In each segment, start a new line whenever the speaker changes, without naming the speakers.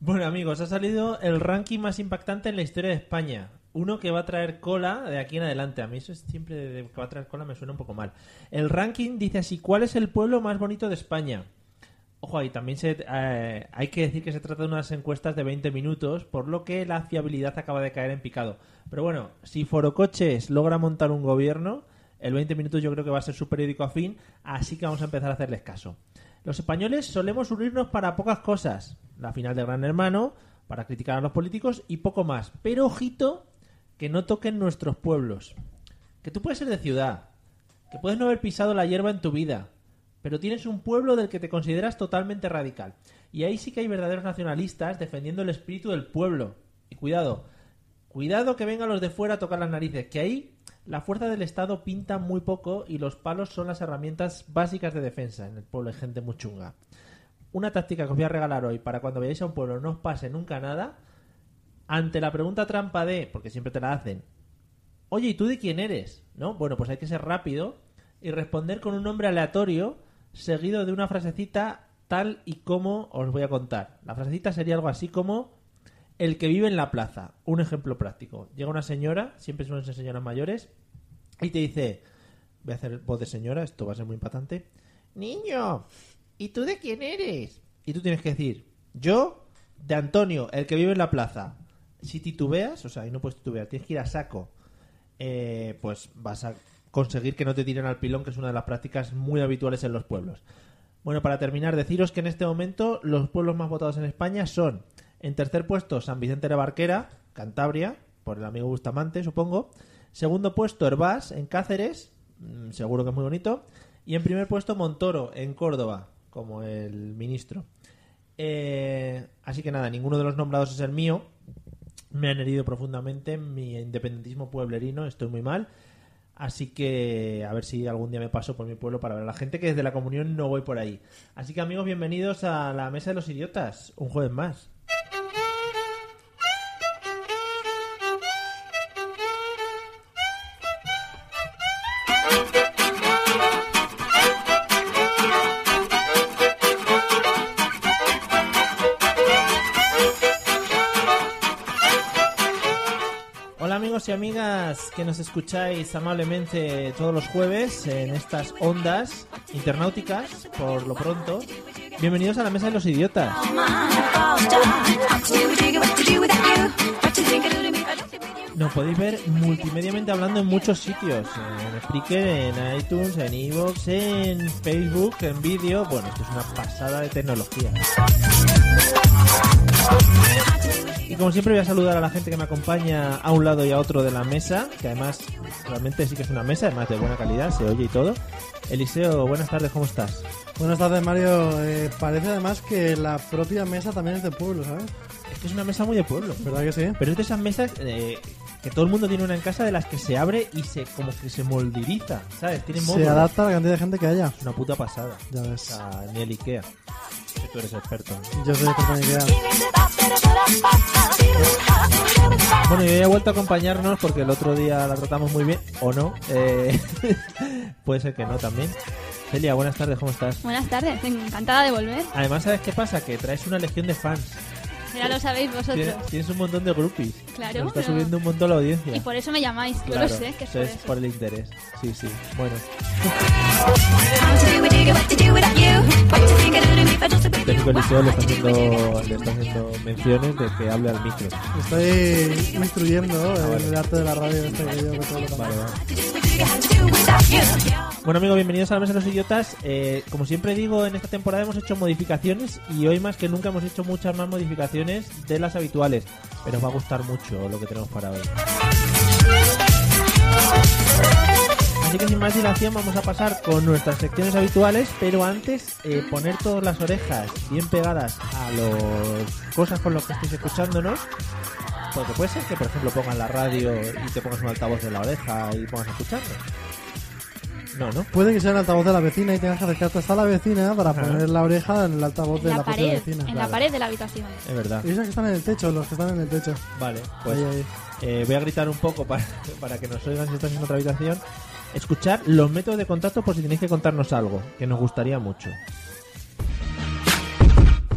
Bueno, amigos, ha salido el ranking más impactante en la historia de España. Uno que va a traer cola de aquí en adelante. A mí eso es siempre de que va a traer cola me suena un poco mal. El ranking dice así, ¿cuál es el pueblo más bonito de España? Ojo, ahí también se, eh, hay que decir que se trata de unas encuestas de 20 minutos, por lo que la fiabilidad acaba de caer en picado. Pero bueno, si Forocoches logra montar un gobierno, el 20 minutos yo creo que va a ser su periódico afín, así que vamos a empezar a hacerles caso. Los españoles solemos unirnos para pocas cosas, la final de Gran Hermano, para criticar a los políticos y poco más. Pero ojito que no toquen nuestros pueblos. Que tú puedes ser de ciudad, que puedes no haber pisado la hierba en tu vida, pero tienes un pueblo del que te consideras totalmente radical. Y ahí sí que hay verdaderos nacionalistas defendiendo el espíritu del pueblo. Y cuidado, cuidado que vengan los de fuera a tocar las narices, que ahí la fuerza del Estado pinta muy poco y los palos son las herramientas básicas de defensa. En el pueblo hay gente muy chunga. Una táctica que os voy a regalar hoy para cuando vayáis a un pueblo no os pase nunca nada. Ante la pregunta trampa de, porque siempre te la hacen, oye, ¿y tú de quién eres? ¿No? Bueno, pues hay que ser rápido y responder con un nombre aleatorio seguido de una frasecita tal y como os voy a contar. La frasecita sería algo así como el que vive en la plaza. Un ejemplo práctico. Llega una señora, siempre suelen ser señoras mayores, y te dice, voy a hacer voz de señora, esto va a ser muy impactante. Niño, ¿y tú de quién eres? Y tú tienes que decir, yo de Antonio, el que vive en la plaza. Si titubeas, o sea, ahí no puedes titubear, tienes que ir a saco. Eh, pues vas a conseguir que no te tiren al pilón, que es una de las prácticas muy habituales en los pueblos. Bueno, para terminar, deciros que en este momento los pueblos más votados en España son, en tercer puesto, San Vicente de la Barquera, Cantabria, por el amigo Bustamante, supongo. Segundo puesto, Herbás, en Cáceres, mm, seguro que es muy bonito. Y en primer puesto, Montoro, en Córdoba, como el ministro. Eh, así que nada, ninguno de los nombrados es el mío. Me han herido profundamente mi independentismo pueblerino, estoy muy mal. Así que a ver si algún día me paso por mi pueblo para ver a la gente que desde la comunión no voy por ahí. Así que amigos, bienvenidos a la Mesa de los Idiotas, un jueves más. Hola amigos y amigas que nos escucháis amablemente todos los jueves en estas ondas internauticas, por lo pronto. Bienvenidos a la Mesa de los Idiotas. Nos podéis ver multimediamente hablando en muchos sitios. En Spreaker, en iTunes, en Evox, en Facebook, en vídeo. Bueno, esto es una pasada de tecnología. Y como siempre voy a saludar a la gente que me acompaña a un lado y a otro de la mesa, que además realmente sí que es una mesa, además de buena calidad, se oye y todo. Eliseo, buenas tardes, ¿cómo estás?
Buenas tardes, Mario. Eh, parece además que la propia mesa también es de pueblo, ¿sabes?
Es que es una mesa muy de pueblo.
¿Verdad que sí?
Pero es de esas mesas eh, que todo el mundo tiene una en casa de las que se abre y se como que se moldiriza, ¿sabes? Tiene
Se
módulos.
adapta a la cantidad de gente que haya.
Es una puta pasada.
Ya
O
ves.
sea, ni el Ikea. Que tú eres experto.
Yo soy experto en Ikea.
Bueno, y ella ha vuelto a acompañarnos porque el otro día la tratamos muy bien, o no. eh, puede ser que no también. Celia, buenas tardes, ¿cómo estás?
Buenas tardes, encantada de volver.
Además, ¿sabes qué pasa? Que traes una legión de fans.
Ya lo sabéis vosotros.
Tienes, tienes un montón de groupies.
Claro,
Nos está
pero-
subiendo un montón la audiencia.
Y por eso me llamáis, yo
Claro,
lo sé, que es por
el
eso.
interés. Sí, sí. Bueno, el técnico Eliseo le está haciendo, le está haciendo menciones de que hable al micro.
Estoy me instruyendo en
Ah, vale.
el arte de la radio este que yo que todo lo tanto.
Vale, vale. Bueno amigos, bienvenidos a la Mesa de los Idiotas. Eh, como siempre digo, en esta temporada hemos hecho modificaciones y hoy más que nunca hemos hecho muchas más modificaciones de las habituales. Pero os va a gustar mucho lo que tenemos para hoy. Así que sin más dilación vamos a pasar con nuestras secciones habituales, pero antes eh, poner todas las orejas bien pegadas a las cosas con las que estéis escuchándonos. Porque puede ser que, por ejemplo, pongas la radio y te pongas un altavoz en la oreja y pongas a escucharnos. No, ¿no?
Puede que sea el altavoz de la vecina y tengas que acercarte hasta la vecina para
Ajá.
poner la oreja en el altavoz
En
de la,
la
propia
pared,
vecina.
en la
claro.
pared de la habitación.
Es verdad.
Y esos que están en el techo, los que están en el techo.
Vale, pues
Ahí, ahí.
eh, voy a gritar un poco para, para que nos oigan si estás en otra habitación. Escuchar los métodos de contacto por si tenéis que contarnos algo, que nos gustaría mucho.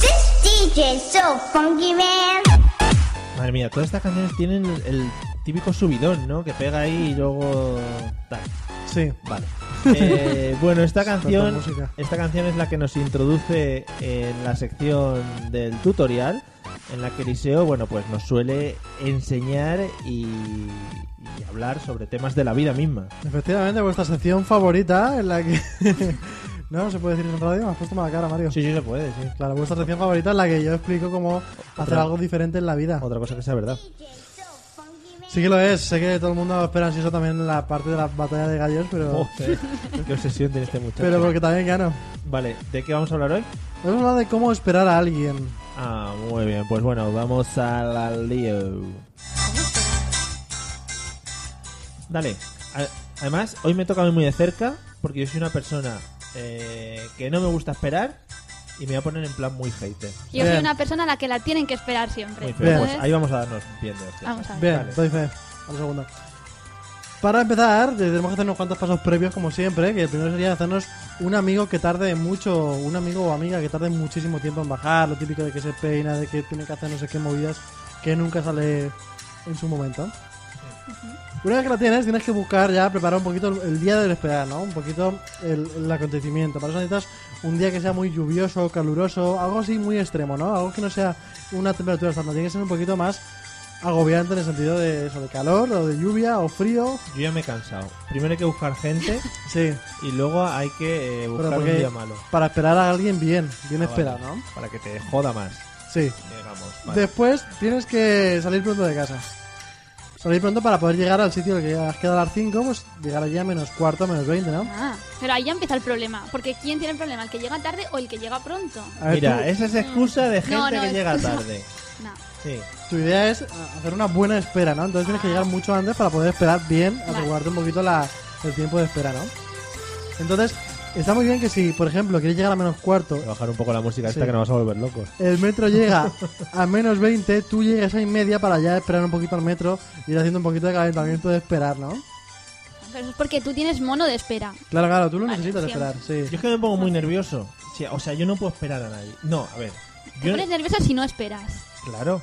This DJ's so funky, man.
Madre mía, todas estas canciones tienen el, el típico subidón, ¿no? Que pega ahí y luego... tal.
Sí.
Vale. Eh, bueno, esta
Suelta
canción,
música.
esta canción es la que nos introduce en la sección del tutorial, en la que Eliseo, bueno, pues nos suele enseñar y, y hablar sobre temas de la vida misma.
Efectivamente, vuestra sección favorita en la que... no, se puede decir en radio, me has puesto mala cara, Mario.
Sí, sí, se puede, sí.
Claro, vuestra sección favorita en la que yo explico cómo hacer algo diferente en la vida.
Otra cosa que sea verdad.
Sí que lo es, sé que todo el mundo espera ansioso también la parte de la batalla de gallos, pero...
Joder, qué obsesión tiene este muchacho.
Pero porque también gano.
Vale, ¿de qué vamos a hablar hoy?
Hemos hablado de cómo esperar a alguien.
Ah, muy bien, pues bueno, vamos a la lío. Dale, A- además, hoy me toca a mí muy de cerca porque yo soy una persona eh, que no me gusta esperar y me voy a poner en plan muy hater.
Yo soy
Bien.
una persona a la que la tienen que esperar
Muy
siempre.
feo.
Bien.
Pues
Entonces,
ahí vamos a darnos bien de hostias.
Vamos a ver.
Bien,
Vale.
doy fe. A la segunda. Para empezar, eh, tenemos que hacer unos cuantos pasos previos, como siempre, que el primero sería hacernos un amigo que tarde mucho, un amigo o amiga que tarde muchísimo tiempo en bajar, lo típico de que se peina, de que tiene que hacer no sé qué movidas, que nunca sale en su momento. Una vez que la tienes, tienes que buscar ya, preparar un poquito el- el día del esperar, ¿no? Un poquito el, el acontecimiento. Para eso necesitas un día que sea muy lluvioso, caluroso, algo así muy extremo, ¿no? Algo que no sea una temperatura estándar, tiene que ser un poquito más agobiante en el sentido de eso, de calor, o de lluvia, o frío.
Yo ya me he cansado. Primero hay que buscar gente
Sí,
y luego hay que eh, buscar
porque-
un día malo.
para esperar a alguien bien, bien
Ah,
esperado,
vale.
¿no?
Para que te joda más,
Sí.
digamos. Eh, Vale.
Después tienes que salir pronto de casa. Salir pronto para poder llegar al sitio al que has quedado a las 5, pues llegar allí a menos cuarto, menos 20, ¿no?
Ah, pero ahí ya empieza el problema. Porque ¿quién tiene el problema? ¿El que llega tarde o el que llega pronto?
A ver,
Mira,
tú-
esa es excusa de gente
Mm. No, no,
que
es-
llega tarde.
No.
Sí.
Tu idea es ah, hacer una buena espera, ¿no? Entonces tienes que llegar mucho antes para poder esperar bien,
Vale.
asegurarte un poquito la, el tiempo de espera, ¿no? Entonces, está muy bien que si, por ejemplo, quieres llegar a menos cuarto,
Voy a bajar un poco la música esta
Sí.
que nos vamos a volver locos.
el metro llega a menos 20, tú llegas a y media para ya esperar un poquito al metro y ir haciendo un poquito de calentamiento de esperar, ¿no?
Pero eso es porque tú tienes mono de espera.
Claro, claro, tú lo
Vale,
necesitas
siempre.
esperar,
Yo
sí.
es que me pongo muy nervioso. Sí, O sea, yo no puedo esperar a nadie. No, a ver.
Te
Yo,
pones nerviosa si no esperas.
claro.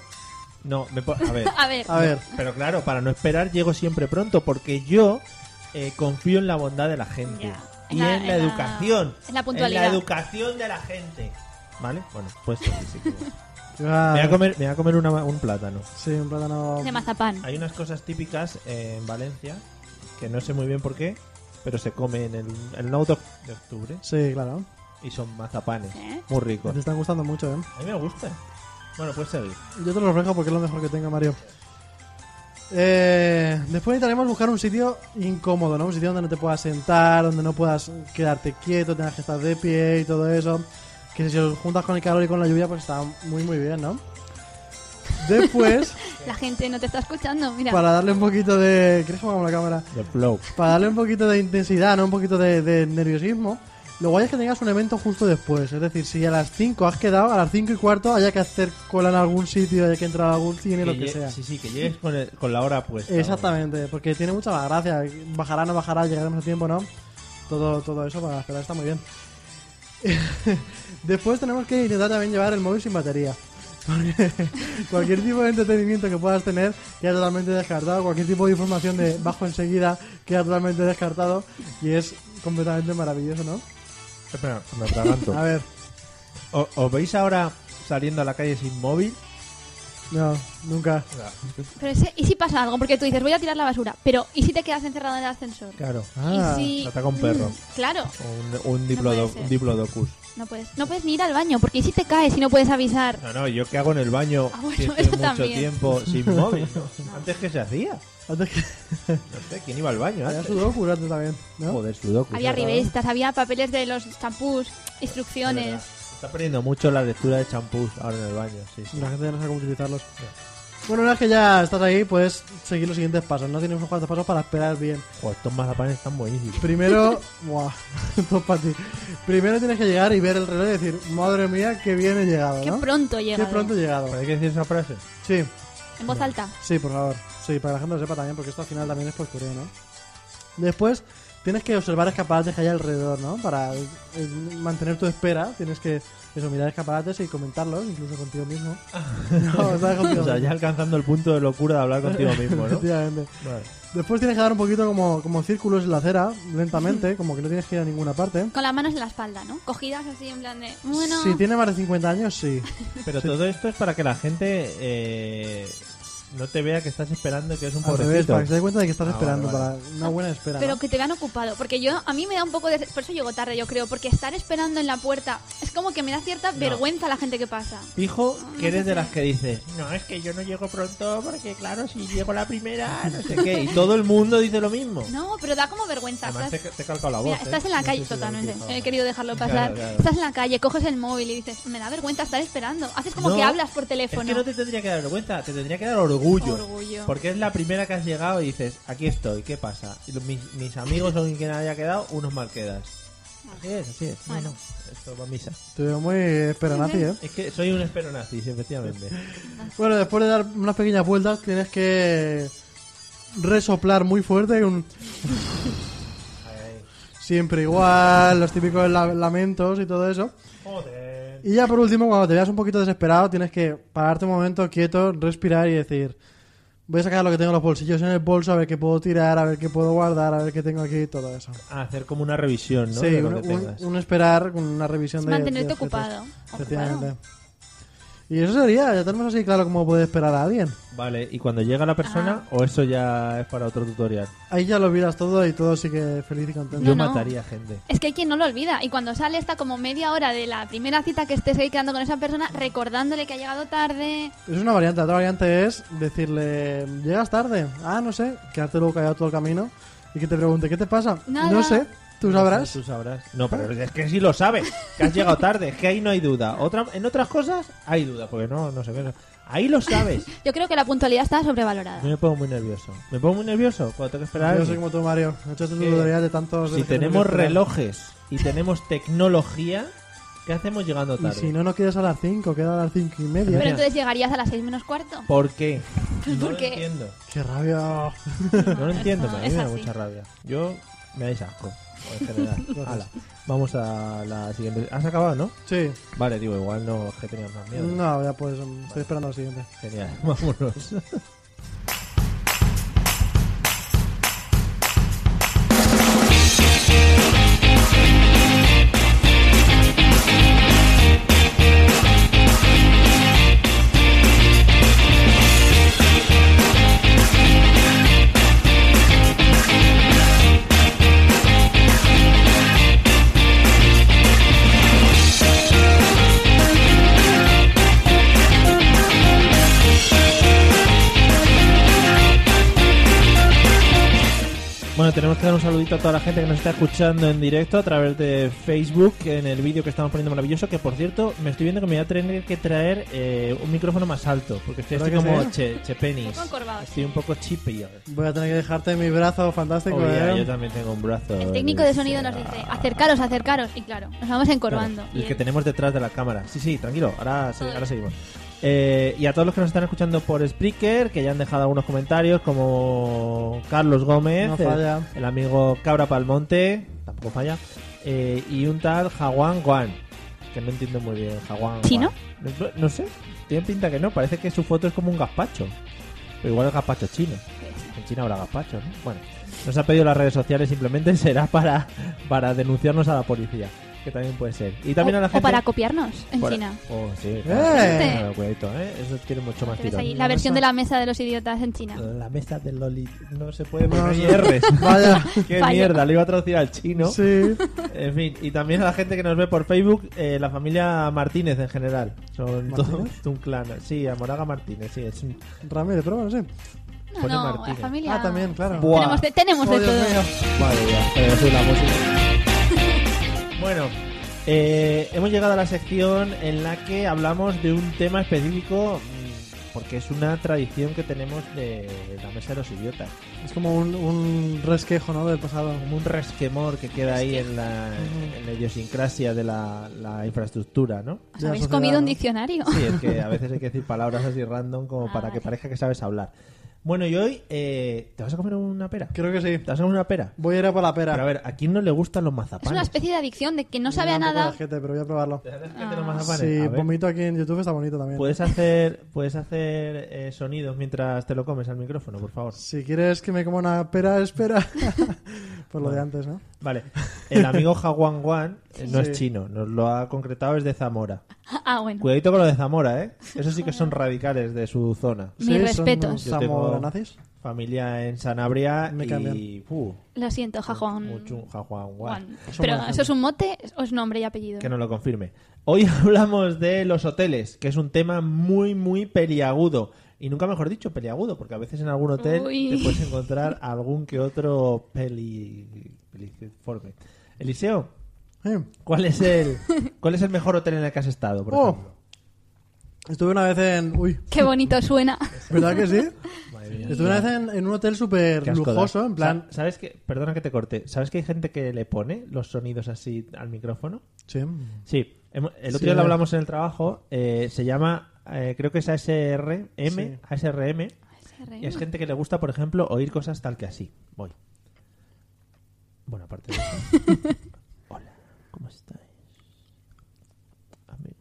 No, me po- a ver.
A ver,
A ver,
Pero claro, para no esperar llego siempre pronto porque yo eh, confío en la bondad de la gente.
Ya.
Y
En
en
la-
la,
en la-
educación.
en la puntualidad.
En la educación de la gente. ¿Vale? Bueno, pues sí, sí, sí.
ah,
Me voy a comer, me voy a comer una- un plátano.
sí, un plátano...
de mazapán.
Hay unas cosas típicas eh, en Valencia que no sé muy bien por qué, pero se comen en el, en el 9 de octubre
Sí, claro.
y son mazapanes.
¿Eh?
Muy
Te
ricos.
están gustando mucho, ¿eh?
A mí me gusta. Bueno, puedes seguir.
Yo te lo ofrezco porque es lo mejor que tenga Mario. Eh, después intentaremos buscar un sitio incómodo, ¿no? Un sitio donde no te puedas sentar, donde no puedas quedarte quieto, tengas que estar de pie y todo eso. Que si os juntas con el calor y con la lluvia, pues está muy, muy bien, ¿no? Después,
La gente no te está escuchando, mira.
para darle un poquito de... ¿Quieres que pongamos la cámara?
The Flow.
Para darle un poquito de intensidad, ¿no? Un poquito de, de nerviosismo. Lo guay es que tengas un evento justo después. Es decir, si a las 5 has quedado, a las 5 y cuarto haya que hacer cola en algún sitio, haya que entrar a algún cine, lo
Que
que
lle-
sea.
Sí, sí, que llegues con, el- con la hora puesta.
Exactamente, porque tiene mucha más gracia. Bajará, no bajará, llegaremos a tiempo, ¿no? Todo, todo eso para esperar está muy bien. Después tenemos que intentar también llevar el móvil sin batería. Porque cualquier tipo de entretenimiento que puedas tener queda totalmente descartado. Cualquier tipo de información de bajo enseguida queda totalmente descartado. Y es completamente maravilloso, ¿no?
vamos. Espera, me atraganto.
A ver,
O- ¿Os veis ahora saliendo a la calle sin móvil?
No, nunca.
Pero ese- ¿y si pasa algo? Porque tú dices, voy a tirar la basura. Pero ¿y si te quedas encerrado en el ascensor?
Claro.
Ah,
¿Y si...
te ataca un perro.
Mm, claro,
O un, un,
puede
diplodo-
ser.
un diplodocus.
no puedes, no puedes ni ir al baño, porque ¿y si te caes y no puedes avisar?
No, no, yo qué hago en el baño
Ah, bueno,
si estoy
eso
mucho
también.
tiempo sin móvil. Antes que se hacía.
Antes que.
No sé, ¿quién iba al baño
Había
antes?
sudoku antes también, ¿no?
Joder, sudoku.
había
es verdad.
revistas, había papeles de los champús,
Es verdad.
instrucciones.
Se Está perdiendo mucho la lectura de champús ahora en el baño, sí, sí.
La gente ya no sabe cómo utilizarlos. Bueno, una vez que ya estás ahí, puedes seguir los siguientes pasos. No tienes unos cuantos pasos para esperar bien.
Joder, estos mazapanes están buenísimos.
Primero, buah, todo para ti. Primero tienes que llegar y ver el reloj y decir, madre mía, qué bien he llegado,
Qué
¿no?
pronto llega. ¿eh?
Qué pronto he llegado.
¿Hay que decir esa frase?
Sí,
En voz alta.
sí, por favor. Sí, para que la gente lo sepa también, porque esto al final también es por curioso, ¿no? Después, tienes que observar escaparates que hay alrededor, ¿no? Para eh, mantener tu espera, tienes que eso, mirar escaparates y comentarlos, incluso contigo mismo. No, estás contigo
O sea, ya
mismo.
alcanzando el punto de locura de hablar contigo mismo, ¿no?
Efectivamente.
Vale.
Después tienes que dar un poquito como, como círculos en la acera, lentamente, como que no tienes que ir a ninguna parte.
Con las manos en la espalda, ¿no? Cogidas así en plan de... Bueno,
Si tiene más de 50 años, sí.
Pero todo esto es para que la gente eh, no te vea que estás esperando que es un
Al revés,
pobrecito.
para que se dé cuenta de que estás
Ah,
esperando,
vale, vale.
para una buena espera.
pero
¿no?
que te vean ocupado. Porque yo, a mí me da un poco de... Por eso llego tarde, yo creo. Porque estar esperando en la puerta es como que me da cierta vergüenza la gente que pasa.
Fijo que eres de
sé.
las que dices, no, es que yo no llego pronto porque claro, si llego la primera, no sé qué. Y todo el mundo dice lo mismo.
No, pero da como vergüenza.
Además, te,
estás...
te he calcado la voz.
Mira, estás
¿eh?
en la
No
calle,
sé si lo
totalmente. Eh,
dices.
He querido dejarlo
Claro,
pasar.
claro.
Estás en la calle, coges el móvil y dices, me da vergüenza estar esperando. Haces como
No,
que hablas por teléfono.
Es que no te tendría que dar vergüenza, te tendría que dar orgullo.
Orgullo.
Porque es la primera que has llegado y dices, aquí estoy, ¿qué pasa? Y lo- mis, mis amigos son quien haya quedado, unos mal quedas. Así es, así es. No,
Bueno.
no, esto va a misa.
Te veo muy esperanazi, ¿eh?
Es que soy un espero nazi, efectivamente.
Bueno, después de dar unas pequeñas vueltas, tienes que resoplar muy fuerte. Un... Siempre igual, los típicos la- lamentos y todo eso.
Joder.
Y ya por último, cuando te veas un poquito desesperado, tienes que pararte un momento quieto, respirar y decir, voy a sacar lo que tengo en los bolsillos en el bolso, a ver qué puedo tirar, a ver qué puedo guardar, a ver qué tengo aquí y todo eso.
A hacer como una revisión, ¿no?
sí,
De
un,
lo que
un-
tengas.
un esperar, una revisión
Es
de...
mantenerte
de objetos.
ocupado,
Efectivamente.
ocupado.
Y eso sería, ya tenemos así claro cómo puede esperar a alguien.
Vale, ¿y cuando llega la persona
Ah.
o eso ya es para otro tutorial?
Ahí ya lo olvidas todo y todo sigue feliz y contento.
Yo
no.
mataría gente.
Es que hay quien no lo olvida y cuando sale está como media hora de la primera cita que estés ahí quedando con esa persona recordándole que ha llegado tarde.
Es una variante. La otra variante es decirle, llegas tarde. Ah, no sé. Quedarte luego callado todo el camino y que te pregunte, ¿qué te pasa?
Nada.
No sé. Tú sabrás.
Tú sabrás. No, pero es que sí lo sabes, que has llegado tarde, es que ahí no hay duda. Otra, en otras cosas hay duda, porque no, no sé qué. Ahí lo sabes.
Yo creo que la puntualidad está
Yo
sobrevalorada.
me pongo muy nervioso. ¿Me pongo muy nervioso cuando tengo que esperar? a
Yo
alguien?
soy como tú, Mario. He hecho este
Que-
tutorial de tantos... de
Si
los que tengo
tenemos
que esperar.
relojes y tenemos tecnología, ¿qué hacemos llegando
Y
tarde?
si no, no quedas a las 5, queda a las 5 y media.
Pero
Mira.
entonces llegarías a las seis menos cuarto.
¿Por qué?
Pues
no
porque-
lo entiendo.
¡Qué rabia!
No lo entiendo,
no,
pero a mí
es
me da
así.
mucha rabia. Yo me dais asco, en general. Hala, vamos a la siguiente. ¿Has acabado, no?
Sí.
Vale, digo, igual no, es que tenías más miedo.
No, ya pues, estoy esperando al siguiente.
Genial, vámonos. Bueno, tenemos que dar un saludito a toda la gente que nos está escuchando en directo a través de Facebook, en el vídeo que estamos poniendo maravilloso, que por cierto, me estoy viendo que me voy a tener que traer eh, un micrófono más alto, porque estoy así
¿Verdad que
como
sí?
che, chepenis.
Un poco encorvado,
Estoy un poco chippy.
Voy a tener que dejarte mi brazo fantástico, ¿eh?
Oh, yo también tengo un brazo.
El técnico de sonido nos dice, acercaros, acercaros. Y claro, nos vamos encorvando.
Claro,
Y
el que
el-
tenemos detrás de la cámara. Sí, sí, tranquilo, ahora, se- ahora seguimos. Eh, y a todos los que nos están escuchando por Spreaker, que ya han dejado algunos comentarios, como Carlos Gómez,
No
el-
falla.
El, amigo Cabra Palmonte, tampoco falla, eh, y un tal Jaguán Guan, que no entiendo muy bien. Jaguán
¿Chino?
Guan. No, no sé, tiene pinta que no, parece que su foto es como un gazpacho. Pero igual el gazpacho es chino. En China habrá gazpacho, ¿no? Bueno, nos ha pedido las redes sociales, simplemente será para, para denunciarnos a la policía. que también puede ser. Y también
o,
a la
o
gente...
para copiarnos en
por-
China.
Oh, sí,
¡Eh!
claro, cuidadito, ¿eh? Eso tiene mucho más
Te ves
tirón.
ahí, la versión de la mesa de los idiotas en China.
La mesa del Loli no se puede
No,
poner
sí.
R's.
Vaya.
Qué
Fallo.
mierda, lo iba a traducir al chino.
Sí.
En fin, y también a la gente que nos ve por Facebook, eh, la familia Martínez en general. Son todos
¿Martínez?
un clan. Sí, a Moraga Martínez, sí. Es un...
Ramírez, pero bueno, sí.
No,
Pone
no,
Martínez.
la familia.
Ah, también, claro.
Buah.
Tenemos de, tenemos de
Oh, Dios
todo.
mío.
Madre mía, eh, soy la música. Bueno, eh, hemos llegado a la sección en la que hablamos de un tema específico mm, porque es una tradición que tenemos de la mesa de los idiotas.
Es como un, un resquejo, ¿no? Del pasado.
Como un resquemor que queda ahí en la, en la idiosincrasia de la, la infraestructura, ¿no?
¿Os
de la
habéis
sociedad,
comido un
¿no?
diccionario?
Sí, es que a veces hay que decir palabras así random como
Ah,
para que
vale.
parezca que sabes hablar. Bueno, y hoy, eh, ¿te vas a comer una pera? ¿Te
Creo que sí.
vas a comer una pera?
Voy a ir a por la pera.
Pero a ver, ¿a quién no le gustan los
Es una
mazapanes?
especie de adicción de que no sabe
Me da un
a
poco de
nada.
ajete, pero voy a probarlo.
¿Te haces que te los
Ah.
mazapanes?
Sí,
Ah,
pues
A ver,
vomito aquí en YouTube está bonito también.
¿Puedes hacer, puedes hacer eh, sonidos mientras te lo comes al micrófono, por favor?
Si quieres que me coma una pera, espera. por lo de antes, ¿no?
Vale. El amigo Jaguan Wan eh, no
Sí.
es chino, nos lo ha concretado, es de Zamora.
Ah, bueno.
Cuidadito con lo de Zamora, ¿eh? Eso sí que son radicales de su zona.
Mis
sí,
respetos.
Son unos zamoranazis.
Familia en Sanabria
Me
y...
cambian.
Uh,
Lo siento, Jajón.
mucho Jaguan Wan.
Juan.
Eso
Pero
me
eso es un mote, o es nombre y apellido.
Que nos lo confirme. Hoy hablamos de los hoteles, que es un tema muy, muy peliagudo. Y nunca mejor dicho, peliagudo, porque a veces en algún hotel
Uy.
te puedes encontrar algún que otro peli... peliciforme. Eliseo,
Sí.
¿cuál es el cuál es el mejor hotel en el que has estado, por
Oh.
ejemplo?
Estuve una vez en. Uy,
Qué bonito suena.
¿verdad que sí?
Madre mía.
Estuve una vez en, en un hotel súper
Qué asco da.
lujoso, en plan.
Sa- ¿Sabes que Perdona que te corte. ¿Sabes que hay gente que le pone los sonidos así al micrófono?
Sí.
Sí. Hemo- El otro
Sí,
día lo
eh.
hablamos en el trabajo. eh, se llama, eh, creo que es ASR, M,
Sí.
ASRM. Y es gente que le gusta, por ejemplo, oír cosas tal que así. Voy. Bueno, aparte de eso. Hola, ¿cómo estáis? Amigos.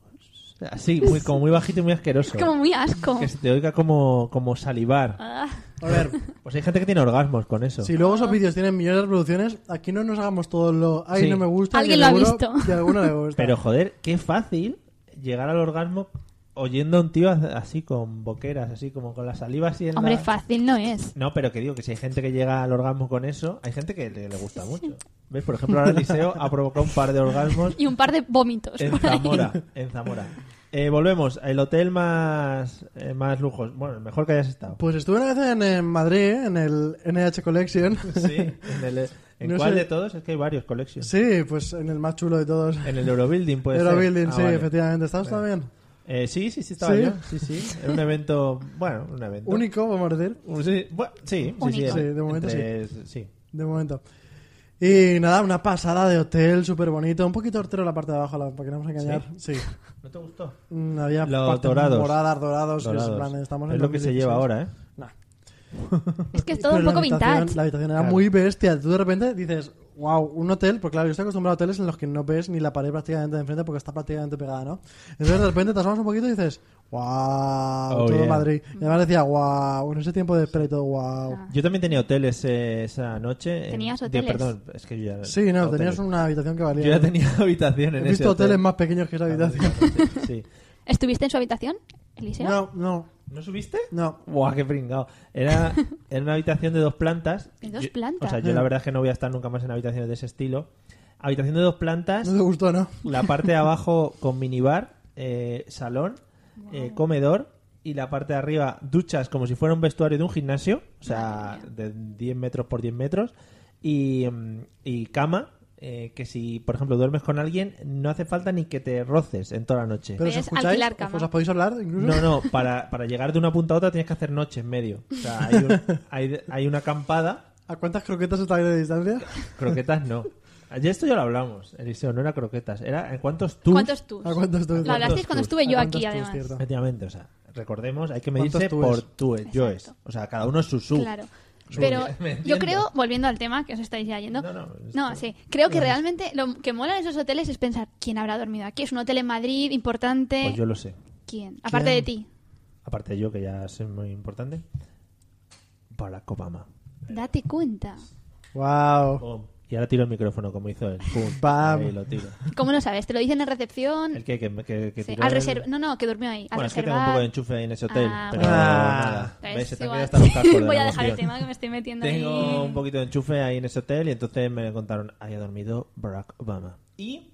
Así, muy, como muy bajito y muy asqueroso.
Es como muy asco.
Que se te oiga como, como salivar.
Ah,
A ver,
Pues hay gente que tiene orgasmos con eso.
si luego esos vídeos tienen millones de reproducciones, aquí no nos hagamos todo lo. Ay,
Sí.
no me gusta.
Alguien
y
lo ha
alguno-
visto.
Y a alguno le gusta.
Pero joder, qué fácil llegar al orgasmo oyendo a un tío así con boqueras, así como con la saliva así en
hombre,
la-
fácil no es.
No, pero que digo que si hay gente que llega al orgasmo con eso, hay gente que le, le gusta mucho. ¿Ves? Por ejemplo, ahora Eliseo ha provocado un par de orgasmos
Y un par de vómitos.
en
por ahí.
Zamora. En Zamora. Eh, volvemos, el hotel más, eh, más lujos. Bueno, el mejor que hayas estado.
Pues estuve una vez en, en Madrid, ¿eh? en el NH Collection.
Sí. ¿En, el- en
No
cuál
sé.
de todos? Es que hay varios collections.
Sí, pues en el más chulo de todos.
En el Eurobuilding puede
Era
ser.
building,
Ah,
sí,
vale.
efectivamente. ¿Estabas
Vale.
también?
Eh, sí, sí, sí, estaba
Sí.
yo. Sí, sí. Era un evento. Bueno, un evento.
Único, vamos a decir,
Un- Sí, bueno, sí, sí,
Único.
sí,
Sí, de momento
entre- sí.
de momento. Y nada, una pasada de hotel, súper bonito. Un poquito hortero la parte de abajo, la- para que no nos engañar. Sí.
¿No te gustó?
Mm, Había
Los
partes
dorados.
moradas, dorados. que es en
Dorados.
plan, estamos
es
en
lo que se
2016.
lleva ahora, ¿eh?
Nah.
Es que es todo un
Pero la
poco
habitación-
vintage.
La habitación era
Claro.
muy bestia. Tú de repente dices, wow, un hotel. Porque claro, yo estoy acostumbrado a hoteles en los que no ves ni la pared prácticamente de enfrente porque está prácticamente pegada, ¿no? Entonces de repente te asomas un poquito y dices, wow,
Oh,
todo
yeah.
Madrid. Y además decía, wow, en ese tiempo de espera y todo, wow.
Ah.
Yo también tenía hoteles eh, esa noche. en-
¿Tenías
Digo,
hoteles?
perdón, es que yo ya.
Sí, no,
hoteles.
tenías una habitación que valía.
Yo ya tenía habitación
He
en ese
visto
hotel.
hoteles más pequeños que esa habitación.
Sí.
¿Estuviste en su habitación, Eliseo?
No, no,
¿No subiste?
no.
Buah, qué pringado. Era, era una habitación de dos plantas.
¿De dos
Yo-
plantas?
O sea, yo la verdad es que no voy a estar nunca más en habitaciones de ese estilo. Habitación de dos plantas.
No te gustó, ¿no?
la parte de abajo con minibar, eh, salón, eh, comedor y la parte de arriba duchas como si fuera un vestuario de un gimnasio, o sea, de 10 metros por 10 metros y, mm, y cama. eh, que si, por ejemplo, duermes con alguien, no hace falta ni que te roces en toda la noche.
Pero si
es
escucháis,
alquilar cama.
¿os, os podéis hablar incluso?
No, no, para, para llegar de una punta a otra tienes que hacer noche en medio. O sea, hay, un- hay- hay una acampada,
¿A cuántas croquetas estáis de distancia?
croquetas no. Ayer esto ya lo hablamos, Eliseo, no era croquetas, era en cuántos tours
¿Cuántos tours?
¿A cuántas tú?
Lo hablasteis cuando
tours?
estuve yo
¿A
aquí,
cuántos
además.
tours, cierto?
Efectivamente, o sea, recordemos, hay que
¿Cuántos
medirse
túes?
por túes, yoes.
Exacto.
O sea, cada uno es su sub.
Claro. Pero
Me entiendo.
yo creo, volviendo al tema que os estáis ya yendo,
No, no, es-
no, sí, creo que realmente lo que mola de esos hoteles es pensar quién habrá dormido aquí. Es un hotel en Madrid importante.
Pues yo lo sé.
¿Quién? Aparte de ti.
Aparte de yo, que ya soy muy importante. Barack Obama.
Date cuenta.
Wow.
Pum, Y ahora tiro el micrófono como hizo él. Pum,
Pam.
Ahí lo tiro.
¿Cómo lo sabes? ¿Te lo dicen en recepción?
El que, que, que, que
Sí,
tiró
Al
el-
reserv... No, no, que durmió ahí. Al
Bueno, es que tengo un
reservar.
poco de enchufe ahí en ese hotel.
Ah,
pero
bueno.
nada.
Ves,
¿Ves? Se te han
igual.
quedado hasta los cascos de la
Voy a dejar el
emoción.
tema que me estoy metiendo ahí.
Tengo un poquito de enchufe ahí en ese hotel y entonces me contaron, había dormido Barack Obama. Y...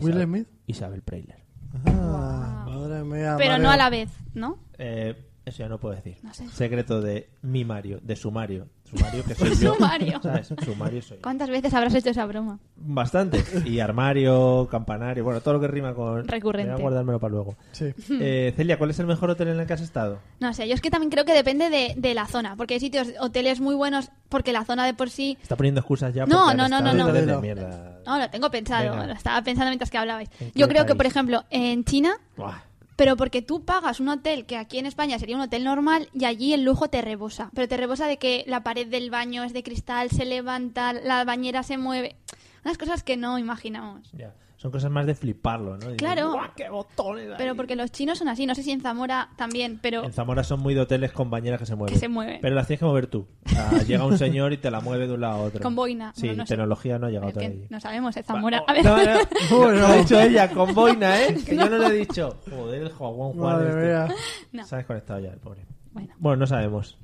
Will Smith.
Isabel Preyler.
Ah, madre mía.
Pero
Mario.
no a la vez, ¿no?
Eh, eso ya no puedo decir.
No sé.
Secreto de mi Mario, de sumario. Sumario que soy yo.
Sumario.
¿Sabes? Sumario soy yo.
¿Cuántas veces habrás hecho esa broma?
Bastante. Y armario, campanario, bueno, todo lo que rima con...
Recurrente.
Voy a guardármelo para luego.
Sí.
Eh, Celia, ¿cuál es el mejor hotel en el que has estado?
No sé, yo es que también creo que depende de, de la zona, porque hay sitios, hoteles muy buenos, porque la zona de por sí...
Está poniendo excusas ya. porque
No, no,
han
no,
estado
no,
en
no.
hoteles
Dilo.
de mierda.
No, lo tengo pensado,
Venga.
lo estaba pensando mientras que hablabais.
¿En qué
Yo creo que, por
país?
ejemplo, en China,
Buah.
pero porque tú pagas un hotel que aquí en España sería un hotel normal y allí el lujo te rebosa. Pero te rebosa de que la pared del baño es de cristal, se levanta, la bañera se mueve. Unas cosas que no imaginamos.
Ya. Son cosas más de fliparlo, ¿no? Dices,
Claro.
"Buah, qué botones! ahí".
Pero porque los chinos son así, no sé si en Zamora también, pero...
En Zamora son muy de hoteles con bañeras que se mueven.
Que se mueven.
Pero las tienes que mover tú. O sea, llega un señor y te la mueve de un lado a otro.
Con boina.
Sí,
Bueno, no sé.
tecnología no ha llegado
es que
todavía.
no sabemos, es Zamora.
Va-
A ver.
No, no, no,
Bueno.
lo ha dicho ella, con boina, ¿eh? Que yo no lo he dicho. Joder, el Juan Juan.
Madre
este.
mía.
No.
Se ha desconectado ya, el pobre.
Bueno,
Bueno, no sabemos.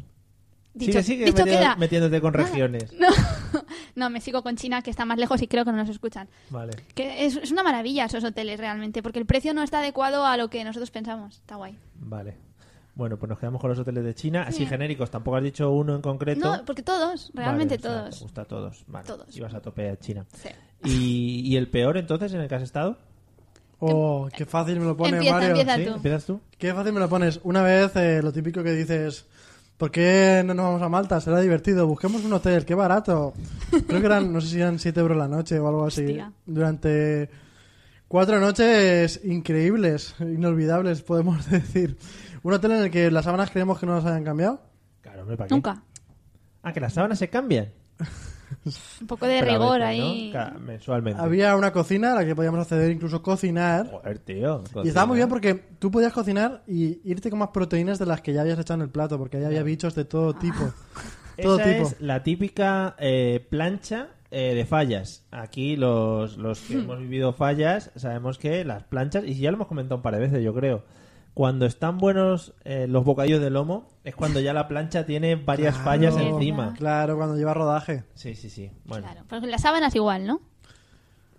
dicho,
sigue, sigue
dicho
metiendo-
queda.
metiéndote con regiones.
No, no, me sigo con China, que está más lejos y creo que no nos escuchan.
Vale.
Que es, es una maravilla esos hoteles realmente, porque el precio no está adecuado a lo que nosotros pensamos. Está guay.
Vale. Bueno, pues nos quedamos con los hoteles de China, así genéricos. Tampoco has dicho uno en concreto.
No, porque todos, realmente
Vale, o sea,
todos.
te gusta a todos. Vale.
Todos.
Ibas a tope a China.
Sí.
¿Y, y el peor entonces en el que has estado?
Oh, qué fácil me lo pone
Empieza,
Mario.
empieza. Ya
¿Sí?
tú.
¿Empiezas tú?
Qué fácil me lo pones. Una vez eh, lo típico que dices, ¿por qué no nos vamos a Malta? Será divertido. Busquemos un hotel, qué barato. Creo que eran, no sé si eran 7 euros la noche o algo así.
Hostia.
Durante cuatro noches increíbles, inolvidables, podemos decir. Un hotel en el que las sábanas creemos que no las hayan cambiado.
Claro, hombre, ¿para qué?
Nunca.
Ah, que las sábanas se cambian.
Un poco de
Pero a
rigor
veces, ¿no?
ahí.
Cada- mensualmente.
Había una cocina a la que podíamos acceder, incluso cocinar.
Joder, tío.
Y estaba muy bien porque tú podías cocinar y irte con más proteínas de las que ya habías echado en el plato, porque ahí había bichos de todo tipo. Todo
Esa
tipo.
es la típica eh, plancha eh, de fallas. Aquí los, los que hemos vivido fallas sabemos que las planchas, y ya lo hemos comentado un par de veces, yo creo, cuando están buenos eh, los bocadillos de lomo, es cuando ya la plancha tiene varias fallas
Claro,
encima.
Claro, cuando lleva rodaje.
Sí, sí, sí. Bueno,
Claro. Porque las sábanas igual, ¿no?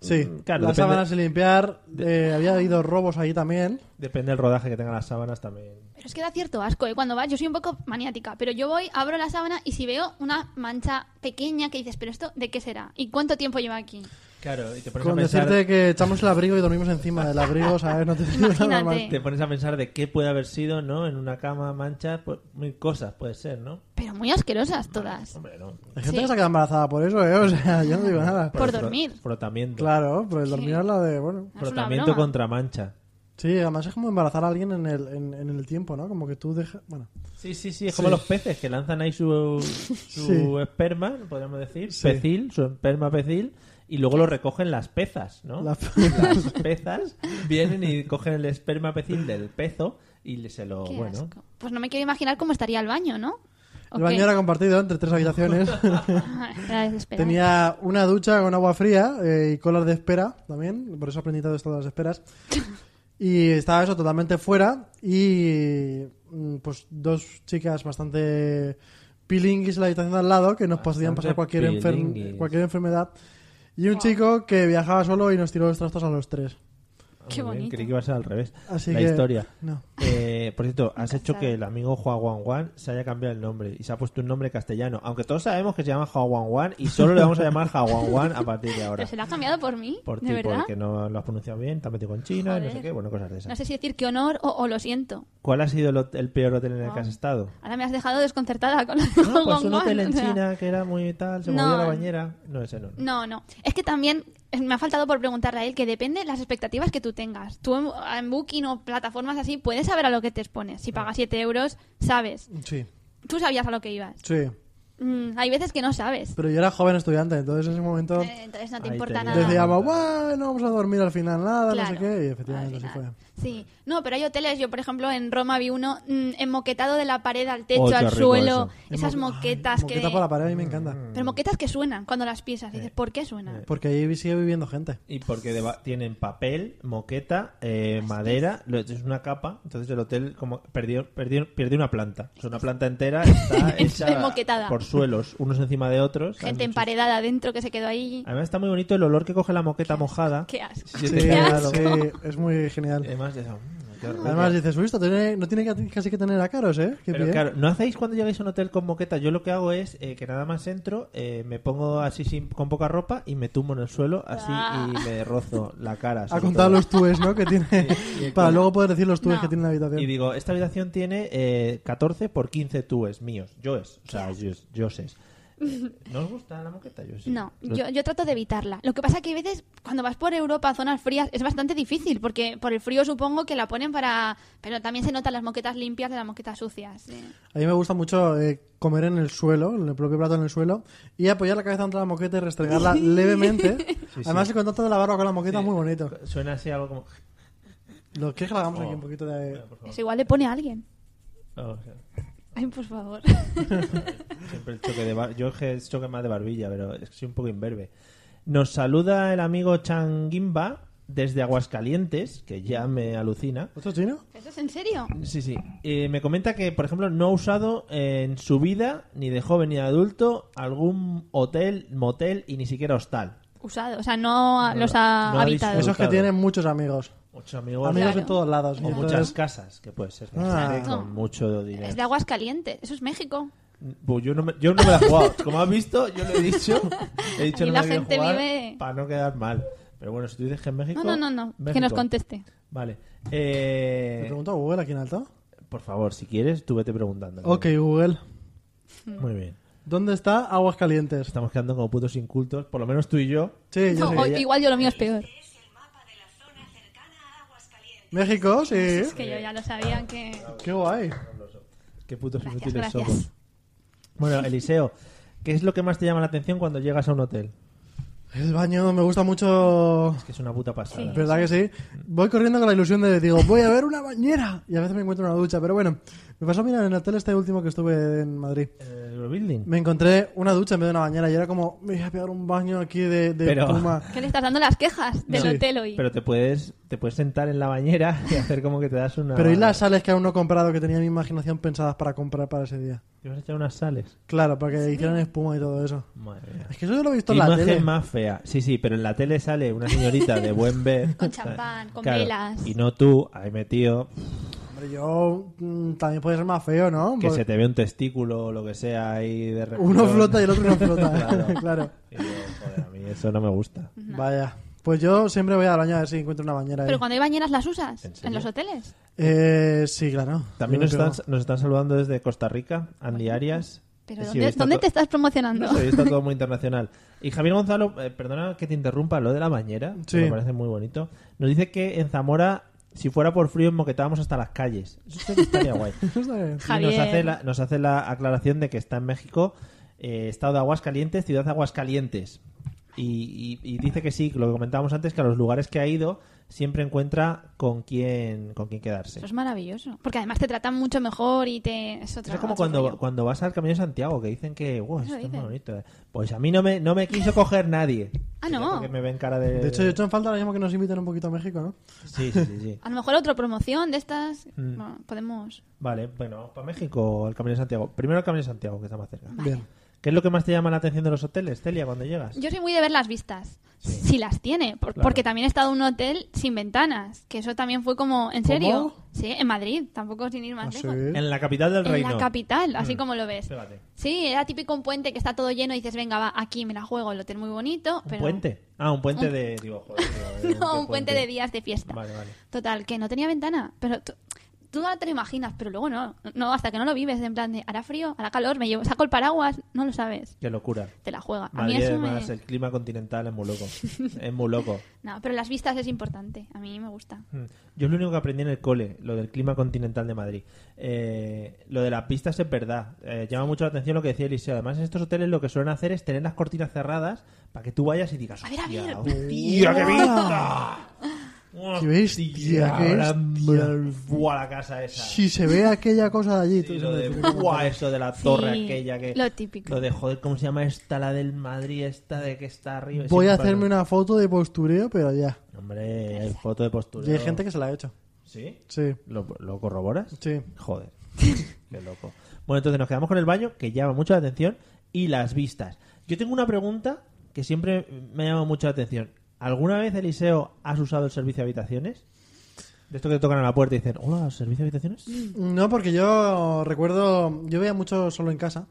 Sí,
claro, depende-
las sábanas sin limpiar. eh, había habido robos ahí también.
depende del rodaje que tengan las sábanas también.
Pero es que da cierto asco, ¿eh? Cuando vas, yo soy un poco maniática, pero yo voy, abro la sábana y si veo una mancha pequeña que dices, ¿pero esto de qué será? ¿Y cuánto tiempo lleva aquí?
Claro, y te pones a
Con
pensar...
decirte que echamos el abrigo y dormimos encima del abrigo, ¿sabes? No te digo nada más.
Imagínate.
te pones a pensar de qué puede haber sido, ¿no? En una cama, mancha, pues, mil cosas puede ser, ¿no?
Pero muy asquerosas todas.
Hombre, no.
Hay gente
Sí.
que se queda embarazada por eso, ¿eh? O sea, yo no digo nada.
el
Por
fro-
dormir.
Frotamiento.
Claro, pero el dormir es la de, bueno...
No es una
Frotamiento
broma.
contra mancha.
Sí, además es como embarazar a alguien en el, en, en el tiempo, ¿no? Como que tú dejas... Bueno,
Sí, sí, sí, es como
Sí.
los peces que lanzan ahí su, su
Sí.
esperma, podríamos decir,
Sí.
pecil, su esperma pecil, y luego lo recogen las pezas, ¿no?
Las-
Las pezas vienen y cogen el esperma pecil del pezo y le- se lo.
Qué
bueno.
asco. Pues no me quiero imaginar cómo estaría el baño, ¿no? ¿O
el
qué?
baño era compartido entre tres habitaciones.
Era desesperante.
Tenía una ducha con agua fría eh, y colas de espera también, por eso aprendí todo esto de las esperas. Y estaba eso totalmente fuera y mm, pues dos chicas bastante pilinguis en la habitación de al lado que nos podían
Bastante
pasar cualquier,
Ah,
enfer-
pilinguis.
cualquier enfermedad. Y un chico que viajaba solo y nos tiró los trastos a los tres.
Ah,
Qué
muy bien,
bonito.
Creí que iba a ser al revés.
Así
la
que-
historia.
no.
Eh, por cierto, has hecho
sabe.
que el amigo Juan Juan Juan se haya cambiado el nombre y se ha puesto un nombre castellano. Aunque todos sabemos que se llama Juan Juan Juan y solo le vamos a llamar Juan Juan Juan a partir de ahora.
Pero se la ha cambiado por mí,
Por
de
ti,
verdad.
porque no lo has pronunciado bien, te has metido con China, y no sé
Joder.
qué, bueno, cosas de esas.
No sé si decir qué honor o, o lo siento.
¿Cuál ha sido el, hot- el peor hotel en el que has estado?
Ahora me has dejado desconcertada Ah. con los
Ah, pues un hotel en China que era muy tal, se
No.
movía la bañera. No, ese no. no.
No, no. Es que también eh, me ha faltado por preguntarle a él que depende las expectativas que tú tengas. Tú en, en Booking o plataformas así puedes saber a lo que te expones. Si pagas 7 euros, sabes.
Sí,
Tú sabías a lo que ibas.
sí.
mm, hay veces que no sabes.
Pero yo era joven estudiante, entonces en ese momento
Eh, Entonces no te
Ahí
importa
te
nada.
decía,
decíamos, bueno, vamos a dormir al final, nada, no sé
Claro,
qué, y
al
efectivamente así fue.
final. Sí, no, pero hay hoteles, yo por ejemplo en Roma vi uno mm, enmoquetado de la pared al techo,
Oh, qué
al
rico
suelo, esas
Ay,
moquetas que...
Moqueta para la pared, a mí me encanta.
Pero moquetas que suenan cuando las piensas, dices, ¿por qué suenan?
Porque ahí sigue viviendo gente.
Y porque deba- tienen papel, moqueta, eh, madera, lo- es una capa, entonces el hotel como perdió, perdió, perdió una planta. O sea, una planta entera está hecha
Moquetada.
por suelos, unos encima de otros.
Gente
Hay muchos-
emparedada adentro que se quedó ahí.
Ah.
Además está muy bonito el olor que coge la moqueta mojada.
Qué asco.
Sí,
Sí,
te-
claro, sí, es muy genial.
Además, eso, mm, qué rico.
Además dices, uy, esto tiene- no tiene que- casi que tener a caros, ¿eh? Qué
Pero
bien.
claro, ¿no hacéis cuando llegáis a un hotel con moqueta? Yo lo que hago es eh, que nada más entro, eh, me pongo así sin, con poca ropa y me tumbo en el suelo así
Ah.
y me rozo la cara.
Ha
sobre
contado
todo.
los tues, ¿no? Que tiene,
y-
para luego poder decir los tues
No.
que tiene en la habitación.
Y digo, esta habitación tiene eh, 14 por 15 túes míos, yoes, o sea, yoes, yoses. ¿No os gusta la moqueta? Yo sí.
No,
Los-
yo, yo trato de evitarla. Lo que pasa que a veces cuando vas por Europa a zonas frías es bastante difícil porque por el frío supongo que la ponen para... Pero también se notan las moquetas limpias de las moquetas sucias. eh.
A mí me gusta mucho eh, comer en el suelo, en el propio plato en el suelo, y apoyar la cabeza contra la moqueta y restregarla levemente. Además, el contacto de la barba con la moqueta es muy bonito.
Suena así algo como...
Lo que es que le hagamos
Oh.
aquí un poquito de.
Por favor.
Eso igual le pone a alguien.
No, o sea,
Ay, por favor.
siempre el choque de... bar- Yo es que es choque más de barbilla, pero es que soy un poco imberbe. Nos saluda el amigo Changuimba desde Aguascalientes, que ya me alucina.
¿Otro chino?
¿Eso es en serio?
Sí, sí. Eh, me comenta que, por ejemplo, no ha usado en su vida, ni de joven ni de adulto, algún hotel, motel y ni siquiera hostal.
Usado, o sea, no a-
No,
los ha
no ha
habitado.
dicho-
Esos que
Claro.
tienen muchos amigos.
Muchos amigos.
Amigos
Claro.
en todos lados.
O
Entonces,
muchas casas, que puede ser.
Ah.
gente Con mucho dinero.
Es de aguas calientes, eso es México.
Pues yo, no me, yo no me la he jugado. Como has visto, yo lo he dicho. He dicho
Aquí
no
la
me voy a
gente
jugar
vive-
para no quedar mal. Pero bueno, si tú dices que en México...
No, no, no, no, que
México.
nos conteste.
Vale.
¿Le
Eh,
pregunto a Google aquí en alto?
por favor, si quieres, tú vete preguntando.
Ok, Google.
Muy bien.
¿Dónde está Aguascalientes?
Estamos quedando como putos incultos, por lo menos tú y yo.
Sí, yo
No,
sé.
o- igual yo lo mío es peor.
México, sí.
Es que yo ya lo sabía que...
Qué guay.
Qué putos
Gracias,
inútiles
gracias.
somos. Bueno, Eliseo, ¿qué es lo que más te llama la atención cuando llegas a un hotel?
El baño me gusta mucho.
Que es una puta pasada.
¿Verdad que sí? Voy corriendo con la ilusión de, digo, voy a ver una bañera. Y a veces me encuentro una ducha, pero bueno. Me pasó, mira, en el hotel este último que estuve en Madrid.
Eh, Eurobuilding.
Me encontré una ducha en vez de una bañera y era como, me voy a pegar un baño aquí de, de
Pero-
espuma.
¿Qué le estás dando las quejas del
Sí,
hotel hoy?
Pero te puedes, te puedes sentar en la bañera y hacer como que te das una.
Pero ¿y las sales que aún no he comprado que tenía mi imaginación pensadas para comprar para ese día?
Te vas a echar unas sales.
Claro, para que hicieran espuma y todo eso.
Madre mía.
Es que eso yo lo he visto
Qué
en la
imagen
tele.
más fea. Sí, sí, pero en la tele sale una señorita de buen ver.
Con champán, con
Claro,
velas.
Y no tú, ahí metido,
Hombre, yo mm, también puede ser más feo, ¿no? Pues
que
Porque
se te ve un testículo o lo que sea ahí de repente.
Uno flota y el otro no flota.
Claro.
claro.
Y yo, joder, a mí eso no me gusta.
Vaya. Pues yo siempre voy al baño a ver si encuentro una bañera. ahí.
Pero cuando hay bañeras las usas
¿En
en,
serio?
los hoteles.
Eh, sí, claro.
También
Yo
nos
creo.
están, nos están saludando desde Costa Rica, Andy Arias.
Pero
Sí, hoy
¿dónde,
está
dónde
to-
te estás
No
promocionando?
sé, hoy está todo muy internacional. Y Javier Gonzalo, eh, perdona que te interrumpa, lo de la bañera, que
Sí.
me parece muy bonito. Nos dice que en Zamora, si fuera por frío, moquetábamos hasta las calles. Eso sí que estaría guay.
Está bien.
Y nos
Javier.
hace, la, nos hace la aclaración de que está en México, eh, estado de Aguascalientes, ciudad de Aguascalientes. Y, y- y dice que sí, lo que comentábamos antes, que a los lugares que ha ido siempre encuentra con quién, con quién quedarse.
Eso es maravilloso. Porque además te tratan mucho mejor y te... Es,
Eso
otra-
es como
otro
cuando,
rollo.
cuando vas al Camino de Santiago, que dicen que, wow, esto es muy
dicen.
bonito. eh". Pues a mí no me, no me quiso coger nadie.
Ah,
Ya
no.
Porque me ven cara de...
De hecho, yo he hecho en falta ahora mismo que nos inviten un poquito a México, ¿no?
Sí, sí, sí. sí.
A lo mejor otra promoción de estas...
Mm.
Bueno, podemos...
Vale, bueno, vamos para México o al Camino de Santiago. Primero al Camino de Santiago, que está más cerca.
Bien.
¿Qué es lo que más te llama la atención de los hoteles, Celia, cuando llegas?
Yo soy muy de ver las vistas. Si las tiene. por-
Claro.
Porque también he estado en un hotel sin ventanas. Que eso también fue como... ¿En serio? Sí, en Madrid. Tampoco sin ir más
Así.
lejos.
En la capital del
en
Ah, reino. Mm.
la capital, así como lo ves.
Fíjate.
Sí, era típico un puente que está todo lleno y dices, venga, va, aquí me la juego, el hotel muy bonito.
¿Un
pero...
puente? Ah, un puente de... Digo, joder, digo, a ver,
No,
¿qué
un puente de días de fiesta.
Vale, vale.
Total, que no tenía ventana, pero tú- tú no te lo imaginas, pero luego no, no, hasta que no lo vives, en plan de, hará frío, hará calor, me llevo, saco el paraguas, no lo sabes,
Qué locura.
te la juega. A mí
Madrid,
eso
además,
me...
el clima continental es muy loco. es muy loco.
No, pero las vistas es importante, a mí me gusta.
Mm. Yo es lo único que aprendí en el cole, lo del clima continental de Madrid. Eh, lo de las pistas es verdad. Eh, llama mucho la atención lo que decía Eliseo. Además, en estos hoteles lo que suelen hacer es tener las cortinas cerradas para que tú vayas y digas,
A ver, a ver.
"Hostia, hostia, qué vista!
¡Qué bestia, qué
ahora
bestia!
me vuelvo a la casa esa!
Si se ve aquella cosa de allí,
Y
tú-
lo de, "Buah, eso de la torre aquella que...
lo típico.
Lo de, joder, ¿cómo se llama esta? La del Madrid, esta de que está arriba.
voy a
Siempre-
hacerme una foto de postureo, pero ya.
Hombre, hay foto de postura.
Y hay gente que se la ha hecho.
¿Sí?
Sí,
¿Lo, lo corroboras?
sí.
Joder, qué loco. Bueno, entonces nos quedamos con el baño, que llama mucho la atención, y las vistas. Yo tengo una pregunta que siempre me ha llamado mucho la atención. ¿Alguna vez, Eliseo, has usado el servicio de habitaciones? De esto que te tocan a la puerta y dicen, hola, ¿servicio de habitaciones?
No, porque yo recuerdo. Yo veía mucho solo en casa.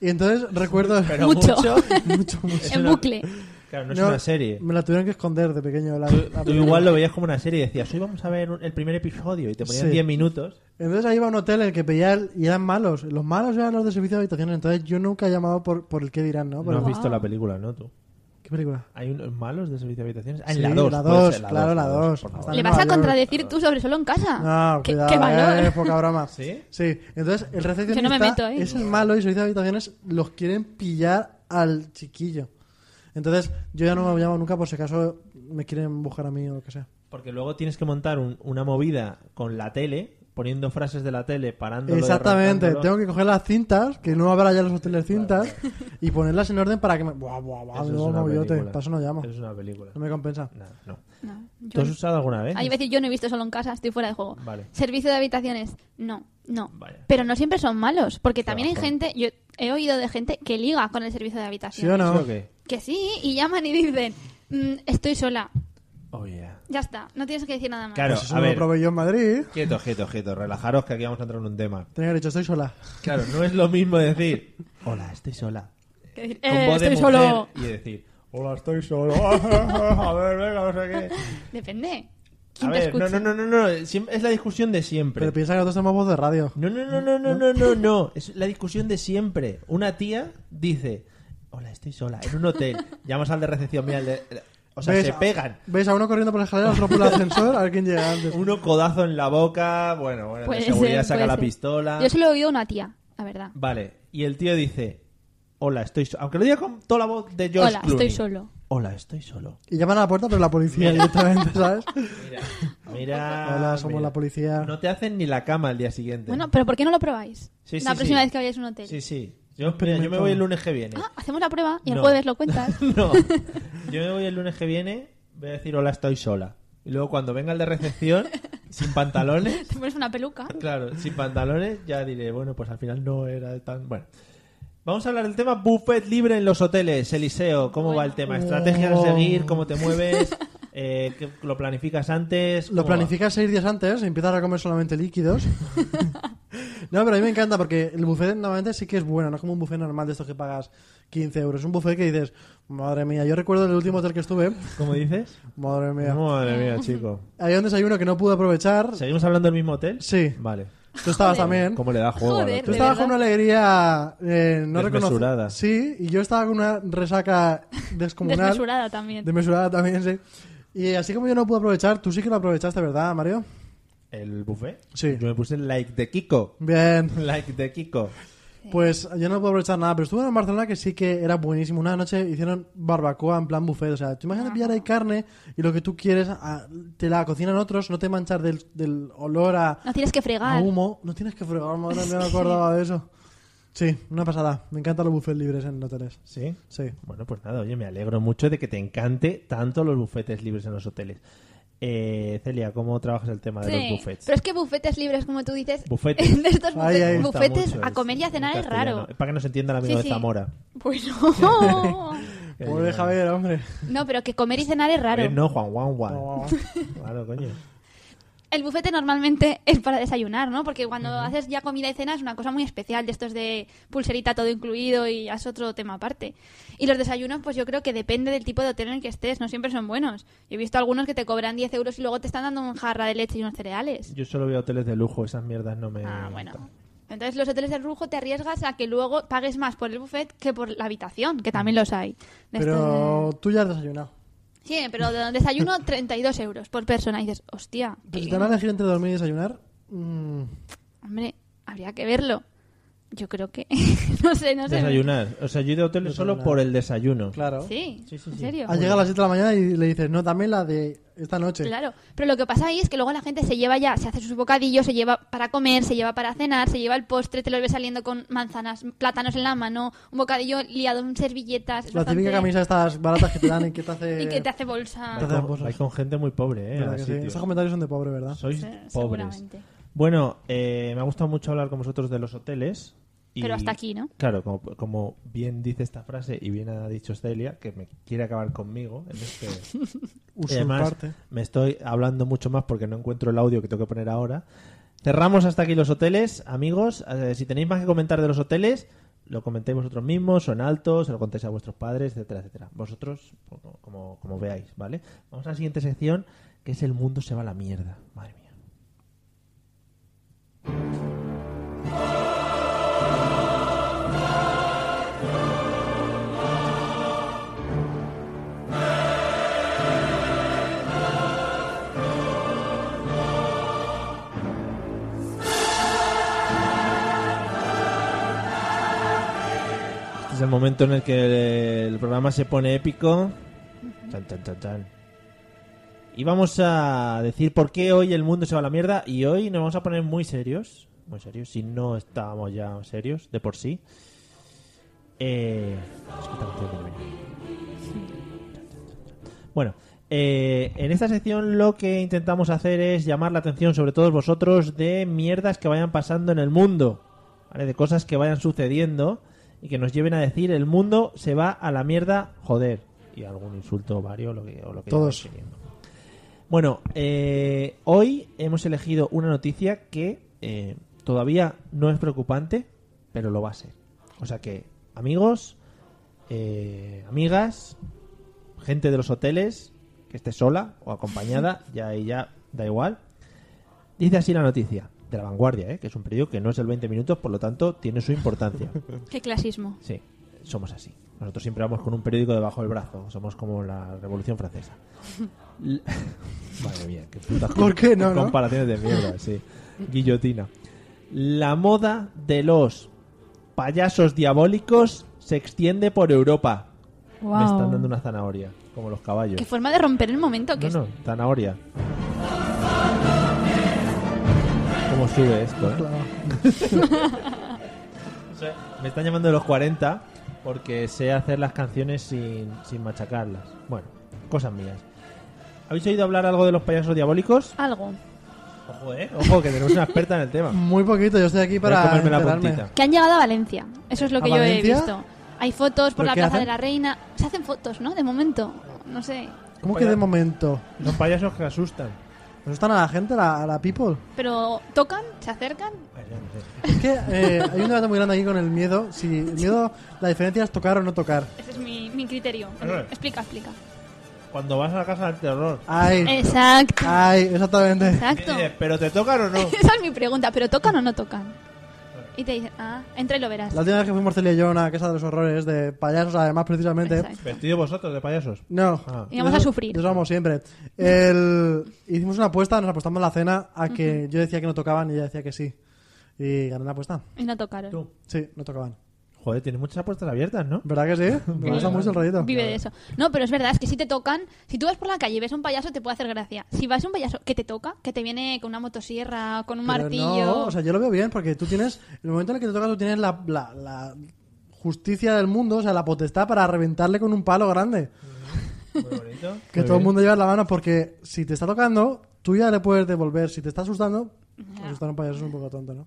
Y entonces recuerdo.
Pero
Mucho.
mucho, mucho.
Es
en
una-
bucle.
Claro, no es
No,
una serie.
Me la tuvieron que esconder de pequeño. la- la-
Tú igual lo veías como una serie y decías, hoy vamos a ver un- el primer episodio y te ponían
Sí.
10 minutos.
Entonces ahí iba a un hotel en el que pedía el- y eran malos. Los malos eran los de servicio de habitaciones. Entonces yo nunca he llamado por, por el que dirán, ¿no? Por
No has
el-
visto la película, ¿no? Tú.
¿Qué película?
¿Hay unos malos de servicio de habitaciones? Ah, en
Sí,
la 2.
la
puede
dos,
ser,
claro,
dos,
la dos.
por favor.
Está
Le
en
vas a
Nueva York.
contradecir tú sobre solo en casa.
No,
¿Qué,
cuidado,
qué valor.
eh, poca broma.
Ah. ¿Sí?
Sí. Entonces el recepcionista
Yo no me meto, ¿eh?
es el malo y servicio de habitaciones los quieren pillar al chiquillo. Entonces yo ya no me llamo nunca por si acaso me quieren buscar a mí o lo que sea.
Porque luego tienes que montar un- una movida con la tele, poniendo frases de la tele, parando.
Exactamente, tengo que coger las cintas, que no habrá ya los hoteles cintas, y ponerlas en orden para que me... Buah, buah, buah, me vuelvo movillote. Para eso no llamo.
es una película.
No me compensa.
Nada, no.
No,
pues,
¿Tú
yo
has usado alguna vez?
Hay veces yo no he visto solo en casa, estoy fuera de juego.
Vale.
Servicio de habitaciones, no, no.
Vale.
Pero no siempre son malos, porque también hay
bajón.
gente, yo he oído de gente que liga con el servicio de
¿Sí o
habitaciones.
no?
¿Eso qué?
Que sí, y llaman y dicen, "Mm, estoy sola,
Oh, yeah.
ya está, no tienes que decir nada más.
Claro,
Pues eso
a
lo
ver.
probé yo en Madrid.
Quieto, quieto, quieto. Relajaros que aquí vamos a entrar en un tema.
Tenía que haber dicho, estoy sola.
Claro, no es lo mismo decir, hola, estoy sola.
Que decir,
Con
"Eh,
voz de
estoy
mujer
solo.
Y decir, hola, estoy solo. a ver, venga, no sé
Depende.
qué. A
¿Quién te
ver, no,
escucha?
no, no, no, no. siem- Es la discusión de siempre.
Pero piensa que nosotros tenemos voz de radio.
No, no, no, no, no, no, no, no. Es la discusión de siempre. Una tía dice, hola, estoy sola, en un hotel. Llamas al de recepción, mira, el de- o sea,
¿Ves?
se pegan.
¿Ves a uno corriendo por la escalera, otro por el ascensor? A ver quién llega antes.
Uno codazo en la boca, bueno, bueno,
Puede
de seguridad
ser,
saca
puede
la
ser.
pistola.
Yo se lo he oído a una tía, la verdad.
Vale, y el tío dice, hola, estoy solo. Aunque lo diga con toda la voz de George
Hola,
Clooney.
estoy solo.
Hola, estoy solo.
Y llaman a la puerta, pero la policía directamente, ¿sabes?
Mira, mira.
Hola, somos
mira.
la policía.
No te hacen ni la cama al día siguiente.
Bueno, pero ¿por qué no lo probáis?
Sí, sí,
la
sí.
próxima vez que vayáis a un hotel.
sí, sí. Yo, mira, yo me voy el lunes que viene.
Ah, hacemos la prueba y el
No.
jueves lo cuentas.
No. Yo me voy el lunes que viene, voy a decir hola, estoy sola. Y luego cuando venga el de recepción, sin pantalones,
Te pones una peluca.
claro, sin pantalones, ya diré, bueno, pues al final no era tan. Bueno. Vamos a hablar del tema buffet libre en los hoteles, Eliseo. ¿Cómo va el tema? ¿Estrategias a seguir? ¿Cómo te mueves? Eh, ¿qué- ¿Lo planificas antes? ¿Cómo
Lo
va?
planificas seis días antes, empiezas a comer solamente líquidos. no, pero a mí me encanta porque el buffet normalmente sí que es bueno, no es como un buffet normal de estos que pagas 15 euros. Es un buffet que dices, madre mía, yo recuerdo el último hotel que estuve,
¿Cómo dices?
madre mía.
Madre mía, chico.
Había un desayuno que no pude aprovechar.
¿Seguimos hablando del mismo hotel?
Sí.
Vale.
Tú estabas también.
¿Cómo le da juego? al
Joder,
hotel?
Tú
¿De
estabas
verdad?
con una alegría eh, no
Desmesurada.
reconocida. Sí, y yo estaba con una resaca descomunal.
Desmesurada también.
Desmesurada también, sí. Y así como yo no pude aprovechar, tú sí que lo aprovechaste, ¿verdad, Mario?
¿El buffet?
Sí.
Yo me puse like de Kiko.
Bien.
Like de Kiko.
Pues yo no puedo aprovechar nada, pero estuve en Barcelona que sí que era buenísimo. Una noche hicieron barbacoa en plan buffet. O sea, tú imaginas pillar ahí carne y lo que tú quieres a- te la cocinan otros, no te manchas del, del olor a,
No tienes que
a
fregar.
humo. No tienes que fregar, madre mía, no me acordaba de eso. Sí, una pasada. Me encantan los buffets libres en hoteles.
¿Sí?
Sí.
Bueno, pues nada, oye, me alegro mucho de que te encante tanto los bufetes libres en los hoteles. Eh, Celia, ¿cómo trabajas el tema de
Sí,
los bufets?
Pero es que bufetes libres, como tú dices,
Bufetes.
de estos
Ay,
bufe-
ay,
Me gusta
bufetes
mucho
a
eso,
comer y a
en
cenar es
castellano.
raro.
Es para que nos entienda el amigo
Sí,
de
sí.
Zamora.
Pues no.
Que
Pobre
diga,
Javier,
Este
hombre.
no, pero que comer y cenar es
"A ver,
raro.
no, Juan Juan Juan. Claro, coño.
el bufete normalmente es para desayunar, ¿no? Porque cuando haces ya comida y cena es una cosa muy especial, de estos de pulserita todo incluido y ya es otro tema aparte. Y los desayunos, pues yo creo que depende del tipo de hotel en el que estés, no siempre son buenos. He visto algunos que te cobran 10 euros y luego te están dando un jarra de leche y unos cereales.
Yo solo veo hoteles de lujo, esas mierdas no me.
Ah, bueno. Entonces los hoteles de lujo te arriesgas a que luego pagues más por el buffet que por la habitación, que también los hay. De estos de-
Pero tú ya has desayunado.
Sí, pero de desayuno 32 euros por persona. Y dices, hostia,
Pero Pues si
eh,
te van a elegir entre dormir y desayunar, mm,
hombre, habría que verlo. Yo creo que... no sé, no sé.
Desayunar. O sea, yo he ido a hoteles
Desayunar.
solo por el desayuno.
claro.
Sí,
Sí, sí,
en
sí.
serio.
Has llegado a las 7 de la mañana y le dices, no, dame la de esta noche.
Claro, pero lo que pasa ahí es que luego la gente se lleva ya, se hace sus bocadillos, se lleva para comer, se lleva para cenar, se lleva el postre, te lo ves saliendo con manzanas, plátanos en la mano, un bocadillo liado en servilletas. es
La típica
bastante-
camisa estas baratas que te dan y que te hace...
Y que te hace bolsa.
Vais
Te hacen
con,
cosas.
vais con gente muy pobre, ¿eh?
¿Verdad
a
que sí?
sitios.
Esos comentarios son de pobre, ¿verdad?
Sois
Sí,
pobres.
seguramente.
Bueno, eh, me ha gustado mucho hablar con vosotros de los hoteles. y-
Pero hasta aquí, ¿no?
Claro, como, como bien dice esta frase y bien ha dicho Celia, que me quiere acabar conmigo en este, Y además,
Usurparte.
me estoy hablando mucho más porque no encuentro el audio que tengo que poner ahora. Cerramos hasta aquí los hoteles, amigos. Eh, si tenéis más que comentar de los hoteles, lo comentéis vosotros mismos, son altos, se lo contéis a vuestros padres, etcétera, etcétera. Vosotros, como, como, como veáis, ¿vale? Vamos a la siguiente sección, que es el mundo se va a la mierda. Madre mía. Este es el momento en el que el programa se pone épico. Chan, chan, chan, chan. Y vamos a decir por qué hoy el mundo se va a la mierda. Y hoy nos vamos a poner muy serios. Muy serios, si no estábamos ya serios de por sí. Eh, es que estamos haciendo bien. Bueno, eh, en esta sección lo que intentamos hacer es llamar la atención sobre todos vosotros de mierdas que vayan pasando en el mundo, ¿vale? De cosas que vayan sucediendo y que nos lleven a decir el mundo se va a la mierda, joder. Y algún insulto vario lo que, o lo que
Todos.
lleváis queriendo. Bueno, eh, hoy hemos elegido una noticia que eh, todavía no es preocupante, pero lo va a ser. O sea que, amigos, eh, amigas, gente de los hoteles, que esté sola o acompañada, ya ahí ya da igual. Dice así la noticia, de la vanguardia, ¿eh? que es un periódico que no es el 20 minutos, por lo tanto tiene su importancia.
Qué clasismo.
Sí, somos así. Nosotros siempre vamos con un periódico debajo del brazo, somos como la Revolución Francesa. L- Madre mía, qué putas
¿Por qué no, no?
comparaciones de mierda, sí. Guillotina. La moda de los payasos diabólicos se extiende por Europa. Me están dando una zanahoria, como los caballos.
Qué forma de romper el momento que
No, no,
es.
zanahoria. ¿Cómo sube esto? eh?
Claro.
O sea, Me están llamando de los 40 porque sé hacer las canciones sin, sin machacarlas. Bueno, cosas mías. ¿Habéis oído hablar algo de los payasos diabólicos?
Algo.
Ojo, eh. Ojo, que tenemos una experta en el tema.
Muy poquito, yo estoy aquí
Voy a
para
comerme la
enterarme.
puntita.
Que han llegado a Valencia. Eso es lo
¿A
que yo
Valencia?
he visto. Hay fotos por
¿Pero
la
qué
Plaza de
hacen?
la Reina. Se hacen fotos, ¿no? De momento. No sé.
¿Cómo que de momento?
Los payasos que asustan.
¿Asustan a la gente, a la, a la people?
Pero tocan, se acercan.
Ay, ya no sé.
Es que eh, hay un debate muy grande aquí con el miedo. Si el miedo, la diferencia es tocar o no tocar.
Ese es mi, mi criterio.
Eh.
Explica, explica.
Cuando vas a la casa del terror.
Ay,
Exacto.
ay, exactamente.
¿qué
Exacto.
dices? ¿Pero te tocan o no?
Esa es mi pregunta. ¿Pero tocan o no tocan? Y te dicen, ah, entra y lo verás.
La última vez que fuimos Celia y yo a una casa de los horrores de payasos, además, precisamente.
Exacto.
Vestido vosotros de payasos.
No.
Ah.
Y vamos
Eso-
a sufrir.
Eso vamos siempre. El- Hicimos una apuesta, nos apostamos la cena a que yo decía que no tocaban y ella decía que sí. Y gané la apuesta.
Y no tocaron.
Tú.
Sí, no tocaban.
Joder, tienes muchas apuestas abiertas, ¿no?
¿Verdad que sí? Me gusta mucho el rollito.
Vive de eso. No, pero es verdad, es que si te tocan, si tú vas por la calle y ves a un payaso, te puede hacer gracia. Si vas a un payaso que te toca, que te viene con una motosierra, con un
Pero
martillo.
No, o sea, yo lo veo bien porque tú tienes, el momento en el que te toca, tú tienes la, la- la justicia del mundo, o sea, la potestad para reventarle con un palo grande.
Muy bonito.
Que todo el mundo lleva en la mano porque si te está tocando, tú ya le pues puedes devolver. Si te está asustando, asustar a un payaso es un poco tonto, ¿no?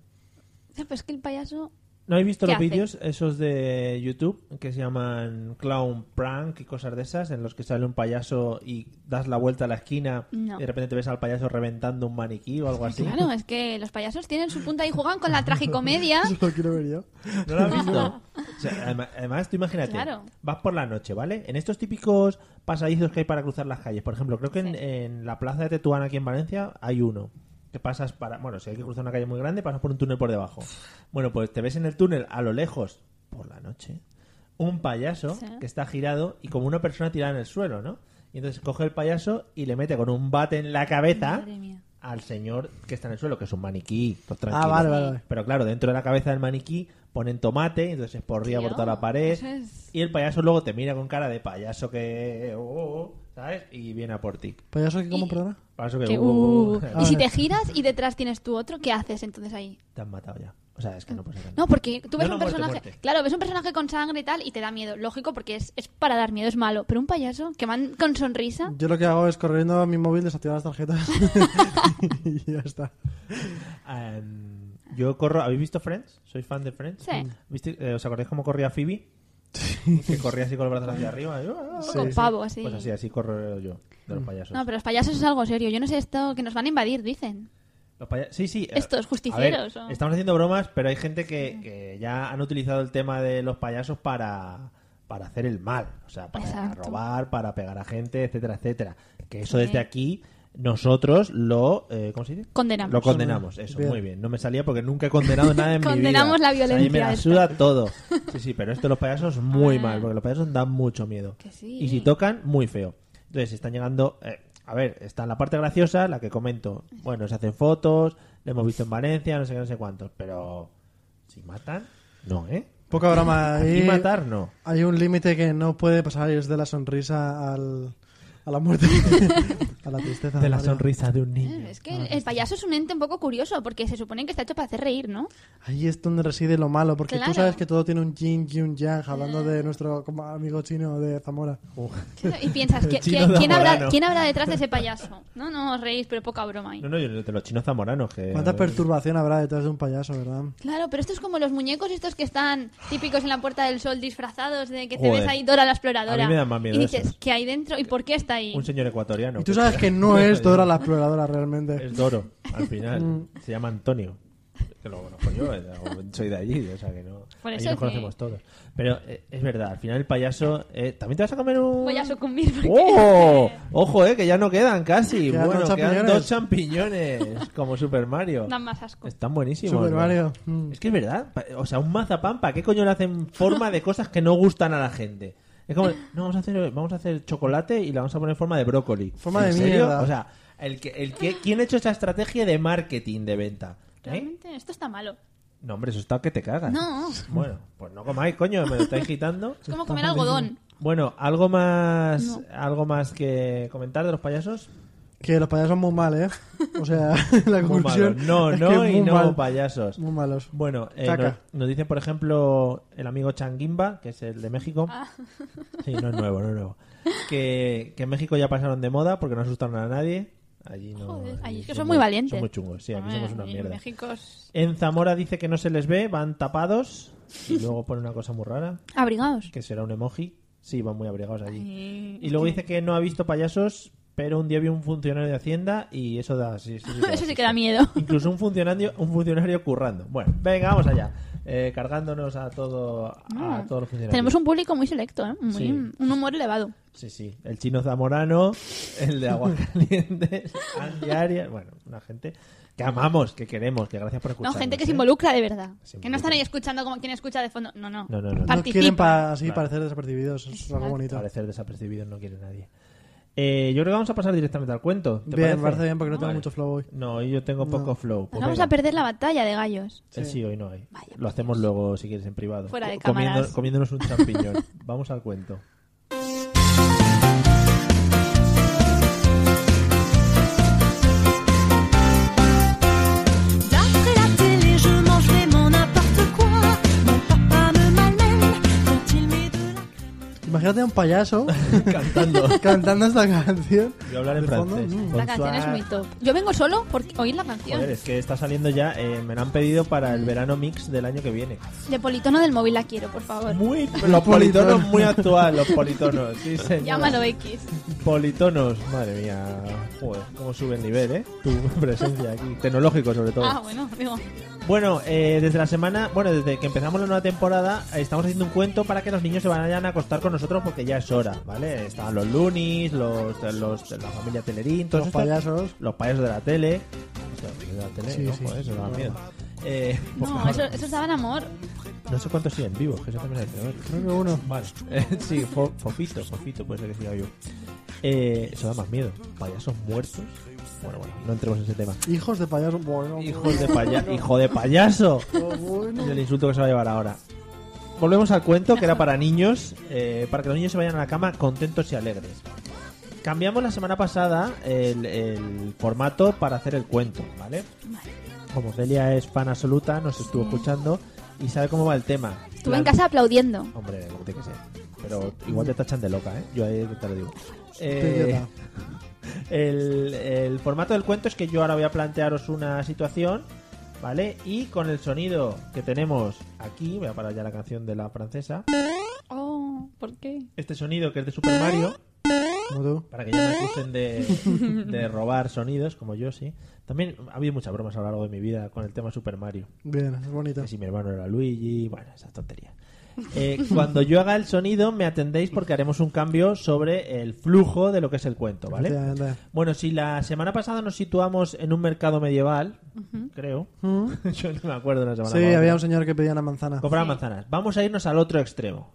Ya, Pero es que el payaso
¿No habéis visto
¿Qué
los
hacen?
vídeos esos de YouTube que se llaman Clown Prank y cosas de esas, en los que sale un payaso y das la vuelta a la esquina
No.
y de repente te ves al payaso reventando un maniquí o algo así?
Claro, es que los payasos tienen su punta y juegan con la tragicomedia.
Eso lo quiero ver yo.
¿No lo has visto? O sea, adem- además, tú imagínate,
Claro.
vas por la noche, ¿vale? En estos típicos pasadizos que hay para cruzar las calles, por ejemplo, creo que en,
Sí.
en la plaza de Tetuán aquí en Valencia hay uno. Que pasas para. Bueno, si hay que cruzar una calle muy grande, pasas por un túnel por debajo. Bueno, pues te ves en el túnel a lo lejos, por la noche, un payaso
Sí.
que está girado y como una persona tirada en el suelo, ¿no? Y entonces coge el payaso y le mete con un bate en la
Ah.
cabeza
Madre mía.
al señor que está en el suelo, que es un maniquí. todo
Ah,
tranquilo.
vale, vale, vale.
Pero claro, dentro de la cabeza del maniquí ponen tomate, entonces esporría por
Tío,
toda la pared.
eso es-
Y el payaso luego te mira con cara de payaso que. oh, oh, oh, ¿Sabes? Y viene a por ti.
¿Payaso que cómo,
Y-
perdona?
Payaso que.
Que,
uh, uh,
uh.
uh.
Ah.
Y si te giras y detrás tienes tú otro, ¿qué haces entonces ahí?
Te han matado ya. O sea, es que no puede ser.
No, porque tú ves
No, no,
un
muerte,
personaje,
muerte.
claro, ves un personaje con sangre y tal y te da miedo, lógico, porque es, es para dar miedo, es malo, pero un payaso que van con sonrisa,
Yo lo que hago es corriendo a mi móvil, desactivar las tarjetas y ya está.
Em, yo corro. ¿Habéis visto Friends? ¿Sois fan de Friends?
Sí.
¿Viste- eh, ¿Os acordáis cómo corría Phoebe? Que corría así con los brazos hacia arriba. y, "Ah, ah,
Sí,
ah".
con pavo así.
Pues así, así corro yo, de los payasos.
No, pero los payasos es algo serio, yo no sé esto que nos van a invadir, dicen.
Los paya- Sí, sí. eh,
Estos
a
justicieros,
ver,
¿o? Mm.
Estamos haciendo bromas, pero hay gente que, que ya han utilizado el tema de los payasos para, para hacer el mal. O sea, para
Exacto.
robar, para pegar a gente, etcétera, etcétera. Que eso desde
Sí.
aquí nosotros lo... eh, ¿Cómo se dice?
Condenamos.
Lo condenamos, eso,
Bien.
muy bien. No me salía porque nunca he condenado nada en mi vida.
Condenamos la
O sea, a mí
violencia
me la
esta.
suda todo. Sí, sí, pero esto de los payasos muy
Ah.
mal, porque los payasos dan mucho miedo.
Que sí.
Y si tocan, muy feo. Entonces están llegando. eh, a ver, está en la parte graciosa, la que comento. Bueno, se hacen fotos, lo hemos visto en Valencia, no sé qué, no sé cuántos. Pero si matan, no, ¿eh?
Poca broma.
Y
Ahí
matar, no.
Hay un límite que no puede pasar y es de la sonrisa al, a la muerte, a la tristeza.
De la
Mario.
sonrisa de un niño.
Eh, Es que el, el payaso es un ente un poco curioso, porque se supone que está hecho para hacer reír, ¿no?
Ahí es donde reside lo malo, porque
Claro.
tú sabes que todo tiene un yin y un yang, hablando de nuestro como amigo chino de Zamora.
Uf.
Y piensas, ¿qui-
chino
¿quién, quién habrá,
zamorano.
quién habrá detrás de ese payaso? No, no os reís, pero poca broma ahí.
No, no, yo de los chinos zamoranos. Que,
¿Cuánta perturbación habrá detrás de un payaso, verdad?
Claro, pero esto es como los muñecos estos que están típicos en la Puerta del Sol disfrazados de que te
Joder.
ves ahí Dora la exploradora.
A mí me dan más miedo
y dices,
esos.
¿qué hay dentro y por qué está ahí?
Un señor ecuatoriano.
Y tú sabes que no es Dora la exploradora realmente.
pues Es Doro, al final. Se llama Antonio. Que lo conozco yo, eh, soy de allí, o sea que no.
Por
allí
eso
nos
que-
conocemos todos. Pero eh, es verdad, al final el payaso. eh, ¿También te vas a comer un.?
Voy a sucumbir porque...
¡Oh! Ojo, eh, que ya no quedan casi.
Quedan
bueno,
dos
quedan
champiñones.
dos champiñones, como Super Mario.
Dan más asco.
Están buenísimos.
Super
¿no?
Mario. Mm.
Es que es verdad. pa- O sea, un mazapán, ¿para qué coño le hacen forma de cosas que no gustan a la gente? Es como, no, vamos a hacer, vamos a hacer chocolate y la vamos a poner en forma de brócoli.
Forma
¿En
de
serio?
mierda.
O sea, el que, el que, ¿quién ha hecho esa estrategia de marketing de venta? ¿Eh?
Realmente, esto está malo.
No, hombre, eso está que te cagas.
No.
Bueno, pues no comáis, coño, me lo estáis quitando.
Es como comer algodón.
Bueno, algo más,
No.
algo más que comentar de los payasos.
Que los payasos muy mal, ¿eh? O sea, la
Muy
conclusión.
malos. No,
es
no
que
y
muy
no
mal.
payasos.
Muy malos.
Bueno, eh,
Caca.
nos, nos dice, por ejemplo, el amigo Changuimba, que es el de México.
Ah.
Sí, no es nuevo, no es nuevo. Que, que en México ya pasaron de moda porque no asustaron a nadie. Allí no.
Joder, allí es que
son
son muy valientes.
Son muy chungos, sí, aquí
Hombre,
somos una
y
mierda.
México es-
En Zamora dice que no se les ve, van tapados. Y luego pone una cosa muy rara,
Abrigaos.
que será un emoji. Sí, van muy abrigados allí.
Ay,
Y luego dice que no ha visto payasos, pero un día vio un funcionario de Hacienda y eso da. Sí, sí, sí
Eso sí que
asusto.
da miedo.
Incluso un funcionario, un funcionario currando. Bueno, venga, vamos allá. Eh, cargándonos a todo a todos los funcionarios.
Ah. Tenemos un público muy selecto, ¿eh? Muy-
Sí.
Un humor elevado.
Sí, sí. El chino zamorano, el de Aguascalientes, Andy Arias. Bueno, una gente que amamos, que queremos, que gracias por
No,
escucharnos.
gente que
¿eh?
se involucra de verdad.
Se
Que no están
involucra.
ahí escuchando como quien escucha de fondo. No, no.
No, no, no. no.
No quieren
Participa.
pa- así parecer desapercibidos. Es algo bonito.
Parecer desapercibidos no quiere nadie. Eh, yo creo que vamos a pasar directamente al cuento. ¿Te
Bien, me parece bien porque no tengo
Vale.
mucho flow hoy.
No, yo tengo poco flow. Pues
Nos vamos
venga.
a perder la batalla de gallos.
Eh, Sí, hoy no hay.
Vaya,
Lo hacemos luego, si quieres, en privado.
Fuera de
Co- comiendo-
cámaras.
comiéndonos un champiñón. Vamos al cuento.
D'après la télé, je mangerai mon n'importe quoi. Mon papa me malmène quand il met de la crème.
imagínate a un payaso
Cantando.
cantando esta canción.
Yo hablar en
De fondo,
francés.
mm.
La canción es muy top. Yo vengo solo por oír la canción.
Joder, es que está saliendo ya. eh, me la han pedido para el verano mix del año que viene.
De politono del móvil la quiero, por favor.
Muy, los politonos muy actual, los politonos. Sí, señor.
Llámalo X.
Politonos, madre mía. Joder, cómo sube el nivel, ¿eh? Tu presencia aquí. Tecnológico, sobre todo.
Ah, bueno, digo.
Bueno, eh, desde la semana, bueno, desde que empezamos la nueva temporada, eh, estamos haciendo un cuento para que los niños se vayan a acostar con nosotros porque ya es hora, ¿vale? Están los Lunis, los, los la familia Telerín, todos
Los
estos-
payasos.
los payasos de la tele. Eso, De la tele,
Sí,
¿no?
sí.
Joder, eso da miedo. Eh, por
No,
favor.
eso, eso estaba en amor.
No sé cuántos siguen vivos, que eso también hay que ver.
Creo que uno.
Vale. Eh, sí, fo- Fofito, Fofito puede ser que siga yo. Eh, eso da más miedo. Payasos muertos. Bueno, bueno, no entremos en ese tema.
Hijos de payaso. Bueno,
Hijos de paya- hijo de payaso.
bueno.
Es el insulto que se va a llevar ahora. Volvemos al cuento que era para niños, eh, para que los niños se vayan a la cama contentos y alegres. Cambiamos la semana pasada el, el formato para hacer el cuento, ¿vale? Como Celia es fan absoluta, nos estuvo escuchando y sabe cómo va el tema.
Estuve
La-
en casa aplaudiendo.
Hombre, de que sé. Pero igual te tachan de loca, ¿eh? Yo ahí te lo digo. Eh,
idiota.
el, el formato del cuento es que yo ahora voy a plantearos una situación, ¿vale? Y con el sonido que tenemos aquí, voy a parar ya la canción de la francesa,
Oh, ¿por qué?
este sonido que es de Super Mario,
Como tú.
para que ya me acusen de, de robar sonidos, como yo, sí. También ha habido muchas bromas a lo largo de mi vida con el tema Super Mario.
Bien, es bonito.
Que si mi hermano era Luigi, bueno, esas tonterías. Eh, cuando yo haga el sonido, me atendéis porque haremos un cambio sobre el flujo de lo que es el cuento, ¿vale?
Efectivamente.
Bueno, si la semana pasada nos situamos en un mercado medieval, creo,
Mm.
yo no me acuerdo la semana
Sí,
pasada.
había un señor que pedía una manzana.
Comprar manzanas. Vamos a irnos al otro extremo.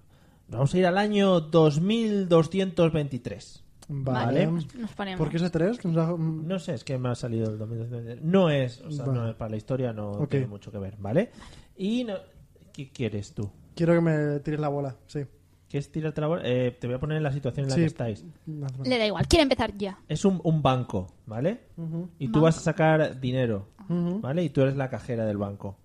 Nos Vamos a ir al año 2223. Vale.
Vale.
Nos ponemos.
¿Por qué ese tres? Que nos ha- mm,
No sé, es que me ha salido el 2223. No es, o sea,
Vale.
no es- para la historia no
Ok.
tiene mucho que ver, ¿vale? Y no- ¿qué quieres tú?
Quiero que me tires la bola, sí.
¿Quieres tirarte la bola? Eh, te voy a poner en la situación en la
Sí.
que estáis.
No hace falta.
Le da igual, quiere empezar ya.
Es un, un banco, ¿vale? Y tú vas a sacar dinero, ¿vale? Y tú eres la cajera del banco,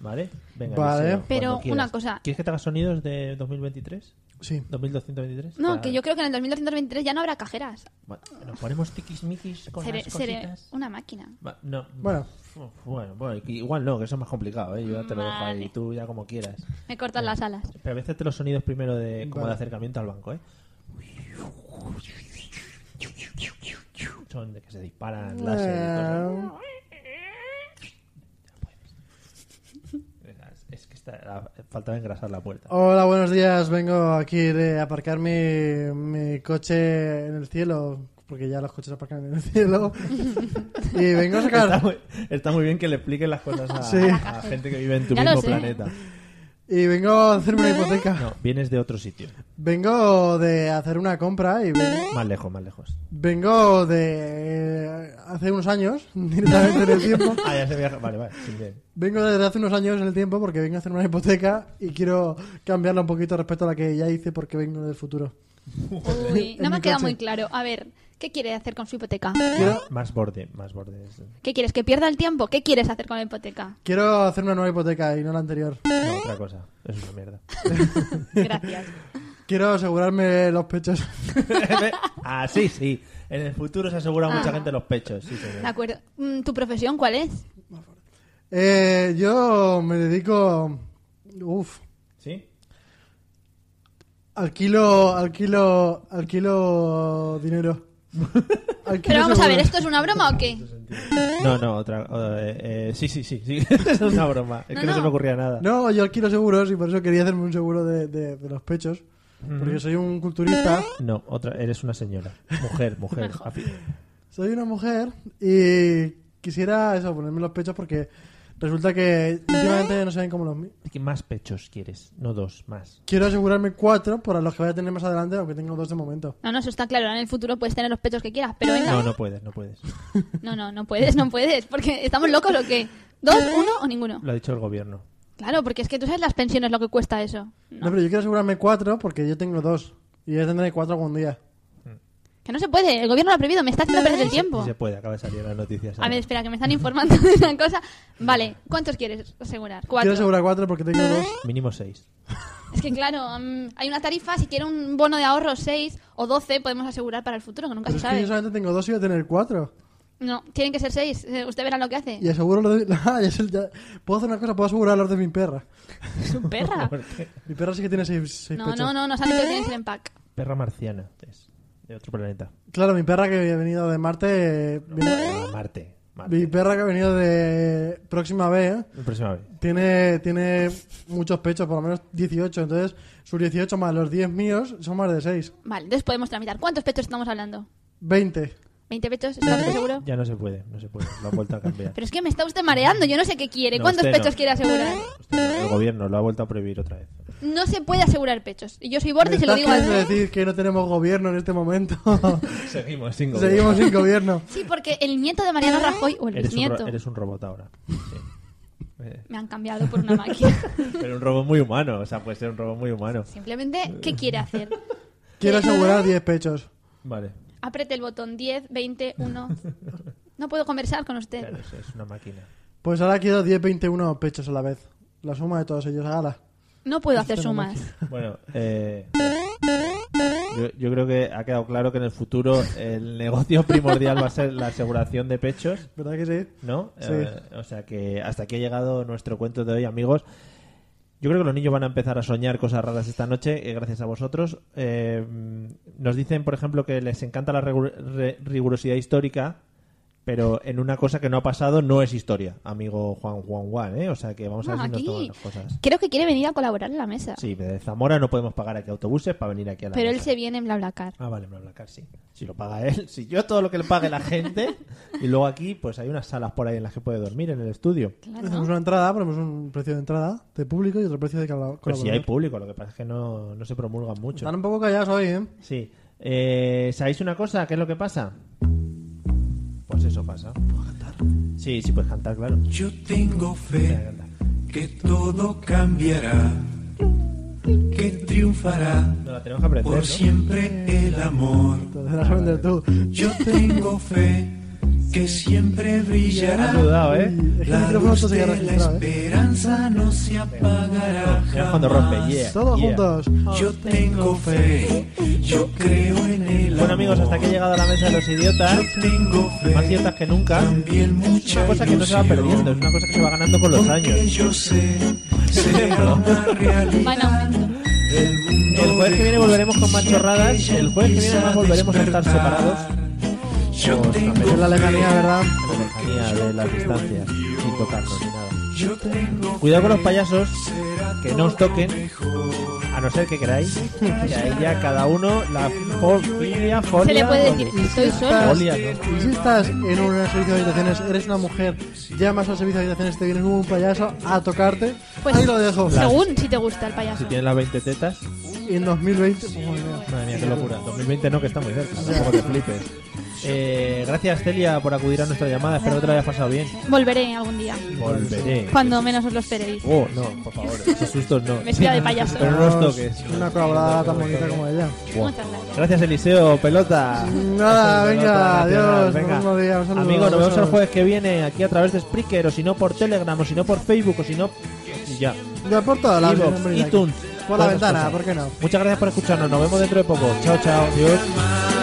¿vale? Venga,
Vale.
Eliseo,
Pero
cuando quieras.
una cosa.
¿Quieres que te haga sonidos de 2023?
Sí.
¿2223?
No,
Para-
que yo creo que en el 2223 ya no habrá cajeras.
Bueno, Nos ponemos tiquismiquis con
Seré,
las
seré
cositas.
una máquina.
Va- No.
Bueno.
Uf, Bueno, bueno, que igual no, que eso es más complicado, ¿eh? Yo ya te lo dejo ahí,
Vale.
tú ya como quieras.
Me cortan las alas.
Pero a veces te los sonidos primero de, como
Vale.
de acercamiento al banco, ¿eh? Son de que se disparan láser y
Eh,
cosas. Es que está, ah, faltaba engrasar la puerta.
Hola, buenos días. Vengo aquí de aparcar mi, mi coche en el cielo, porque ya los coches aparcan en el cielo. y vengo a
Está
sacar
muy, está muy bien que le expliquen las cosas a,
Sí.
a gente que vive en tu
Ya lo
mismo
sé.
planeta.
y vengo a hacerme una hipoteca.
No, vienes de otro sitio.
Vengo de hacer una compra y ven-
Más lejos, más lejos.
vengo de eh, hace unos años directamente en el tiempo.
Ah, ya se viaja. Vale, vale, sí, bien.
Vengo desde hace unos años en el tiempo porque vengo a hacer una hipoteca y quiero cambiarla un poquito respecto a la que ya hice porque vengo del futuro.
Uy, no
En
me
mi
ha quedado
coche.
muy claro. A ver, ¿qué quiere hacer con su hipoteca?
Quiero,
Más borde, más borde.
¿Qué quieres? ¿Que pierda el tiempo? ¿Qué quieres hacer con la hipoteca?
quiero hacer una nueva hipoteca y no la anterior.
No, otra cosa. Es una mierda.
Gracias.
Quiero asegurarme los pechos.
ah, sí, sí. En el futuro se asegura
Ah.
mucha gente los pechos. Sí, señor.
De acuerdo. Mm, ¿Tu profesión cuál es?
Eh, yo me dedico... Uf.
¿Sí?
Alquilo, alquilo, alquilo dinero. Alquilo
Pero vamos a ver,
seguros.
¿esto es una broma o qué?
No, no, otra. eh, eh, sí, sí, sí, sí. es una broma. Es
No,
que no, se
no.
me ocurría nada.
No, yo alquilo seguros y por eso quería hacerme un seguro de, de- de los pechos. Porque soy un culturista,
No, otra. Eres una señora. Mujer, mujer. Afi-
soy una mujer y quisiera eso, ponerme los pechos porque resulta que últimamente no saben cómo los... mi-
¿Qué más pechos quieres? No dos, más.
Quiero asegurarme cuatro para los que voy a tener más adelante, aunque tengo dos de momento.
No, no, eso está claro. Ahora En el futuro puedes tener los pechos que quieras, pero venga.
No, no puedes, no puedes.
No, no, no puedes, no puedes. Porque estamos locos o qué. ¿Dos, uno o ninguno?
Lo ha dicho el gobierno.
Claro, porque es que tú sabes las pensiones lo que cuesta eso.
No, pero yo quiero asegurarme cuatro porque yo tengo dos. Y ya tendré cuatro algún día.
Que no se puede, el gobierno lo ha prohibido, me está haciendo perder el
Sí
tiempo.
se puede, acaba de salir las noticias.
A ver, espera, que me están informando de una cosa. Vale, ¿cuántos quieres asegurar?
Quiero
Cuatro.
asegurar cuatro porque tengo dos.
Mínimo seis.
Claro.
Es que claro, mm, hay una tarifa, si quiere un bono de ahorro 6 o 12 podemos asegurar para el futuro, que nunca
Pero
se
es que
sabe.
yo solamente tengo dos y voy a tener cuatro.
No, tienen que ser 6, usted verá lo que hace.
Y aseguro lo de... Ah, ya sé, ya- Puedo hacer una cosa, puedo asegurar los de mi perra.
Es un perra.
eh,
Mi perra sí que tiene seis, seis
No,
pechos.
no, no, no sabe que tiene el pack.
Perra marciana. Es de otro planeta.
Claro, mi perra que había venido de Marte... eh, mi-
Ah, Marte. Marte.
Mi perra que ha venido de Próxima B ¿eh?
La próxima vez.
tiene, tiene muchos pechos, por lo menos 18. Entonces, sus 18 más los 10 míos son más de 6.
Vale, entonces podemos tramitar. ¿Cuántos pechos estamos hablando?
20.
¿20 pechos?
¿Eh?
¿Estás seguro?
Ya no se puede, no se puede. Lo han vuelto a cambiar.
Pero es que me está usted mareando, yo no sé qué quiere.
No,
¿Cuántos
usted no.
pechos quiere asegurar?
El gobierno lo ha vuelto a prohibir otra vez.
No se puede asegurar pechos. Y yo soy borde y se lo
¿Me
digo
estás
al...
queriendo decir que no tenemos gobierno en este momento?
Seguimos sin
Seguimos sin gobierno.
Sí, porque el nieto de
¿Eh?
Mariano Rajoy o el
Eres un,
bisnieto
ro- eres un robot ahora. Sí. Eh,
me han cambiado por una máquina.
Pero un robot muy humano, o sea, puede ser un robot muy humano.
Simplemente, ¿qué quiere hacer?
Quiero asegurar 10 pechos.
Vale.
Apriete el botón 10, 20, 1. No puedo conversar con usted.
Claro, eso es una máquina.
Pues ahora quiero 10, 21 pechos a la vez. La suma de todos ellos, hágala.
No puedo hacer
Usted no
sumas.
Bueno, eh, yo, yo creo que ha quedado claro que en el futuro el negocio primordial va a ser la aseguración de pechos,
¿Verdad que sí?
¿no?
Sí.
Eh, o sea que hasta aquí ha llegado nuestro cuento de hoy, amigos. Yo creo que los niños van a empezar a soñar cosas raras esta noche, eh, gracias a vosotros. Eh, nos dicen, por ejemplo, que les encanta la regu- re- rigurosidad histórica, pero en una cosa que no ha pasado no es historia, amigo Juan Juan Juan, ¿eh? O sea que vamos a ver
No,
si nos
aquí.
toman las cosas.
Creo que quiere venir a colaborar en la mesa.
Sí, de Zamora no podemos pagar aquí autobuses para venir aquí a la
Pero él
mesa.
se viene en BlaBlaCar.
Ah, vale, BlaBlaCar, sí. Si lo paga él, si yo todo lo que le pague la gente. y luego aquí, pues hay unas salas por ahí en las que puede dormir en el estudio.
Hacemos una entrada, ponemos un precio de entrada de público y otro precio de cala-
Pero si
colaborador.
Pues hay público, lo que pasa es que no, no se promulgan mucho.
Están un poco callados hoy, ¿eh?
Sí. Eh, ¿Sabéis una cosa? ¿Qué es lo que pasa? Pues eso pasa. ¿Puedo cantar? Sí, sí, puedes cantar, claro.
Yo tengo fe
Venga, canta.
que todo cambiará, que triunfará
No la tenemos que aprender,
por
¿no?
siempre el amor.
Te deberás vender tú.
Yo tengo fe que siempre
Has
brillará.
dudado, ¿eh?
Es que el
La
micrófono no
luz
se
de
llega
la
registrado, ¿eh?
esperanza no se apagará
Mira cuando rompe,
jamás.
yeah,
Todos
yeah.
juntos.
Oh.
Yo tengo fe, yo creo en el amor.
Bueno, amigos, hasta que he llegado a la mesa de los idiotas.
Yo tengo fe,
Más idiotas que nunca.
también
Es una
mucha
cosa que no se va
ilusión.
perdiendo, es una cosa que se va ganando con los años.
Porque yo sé, será una
Va en
realidad.
aumento.
El mundo
El jueves que viene
de
volveremos con más
justicia
chorradas.
que
El jueves que viene además
empieza
volveremos a estar
despertar.
separados.
Yo tengo
Es la lejanía,
fe,
¿verdad?
En la lejanía de las distancias, sin tocarnos ni nada.
Yo tengo
Cuidado con los
fe,
payasos,
será
que no os
todo
toquen.
mejor.
a no ser que queráis. Y ahí ya cada uno, la familia,
Se
folia...
le puede decir, estoy solo.
Folia, ¿no?
Y si estás en un servicio de habitaciones, eres una mujer, llamas al servicio de habitaciones, te viene un payaso a tocarte,
Pues
ahí lo dejo.
según si te gusta el payaso.
Si tienes las 20 tetas...
Y en 2020, pues, madre mía.
Madre mía, qué locura. 2020 no, que está muy cerca. Tampoco te flipes. Eh, gracias, Celia, por acudir a nuestra llamada. Espero que te lo hayas pasado bien.
Volveré algún día,
Volveré.
cuando menos os lo esperéis.
Oh, no, por favor. Esos sustos no.
Vestida de payaso.
Pero no os toques.
Una colaborada tan bonita como ella.
Buah.
Muchas gracias.
Gracias, Eliseo, pelota.
Nada, venga, adiós,
Venga.
un buen día, un saludo,
Amigos, nos vemos el
besos.
jueves que viene aquí a través de Spreaker, o si no por Telegram, o si no por Facebook, o si no. y Ya.
Ya por todas las
Evox,
bienvenida aquí.
iTunes.
Por la
todas
ventana,
esas cosas.
¿por qué no?
Muchas gracias por escucharnos. Nos vemos dentro de poco. Chao, chao. Adiós.
mar.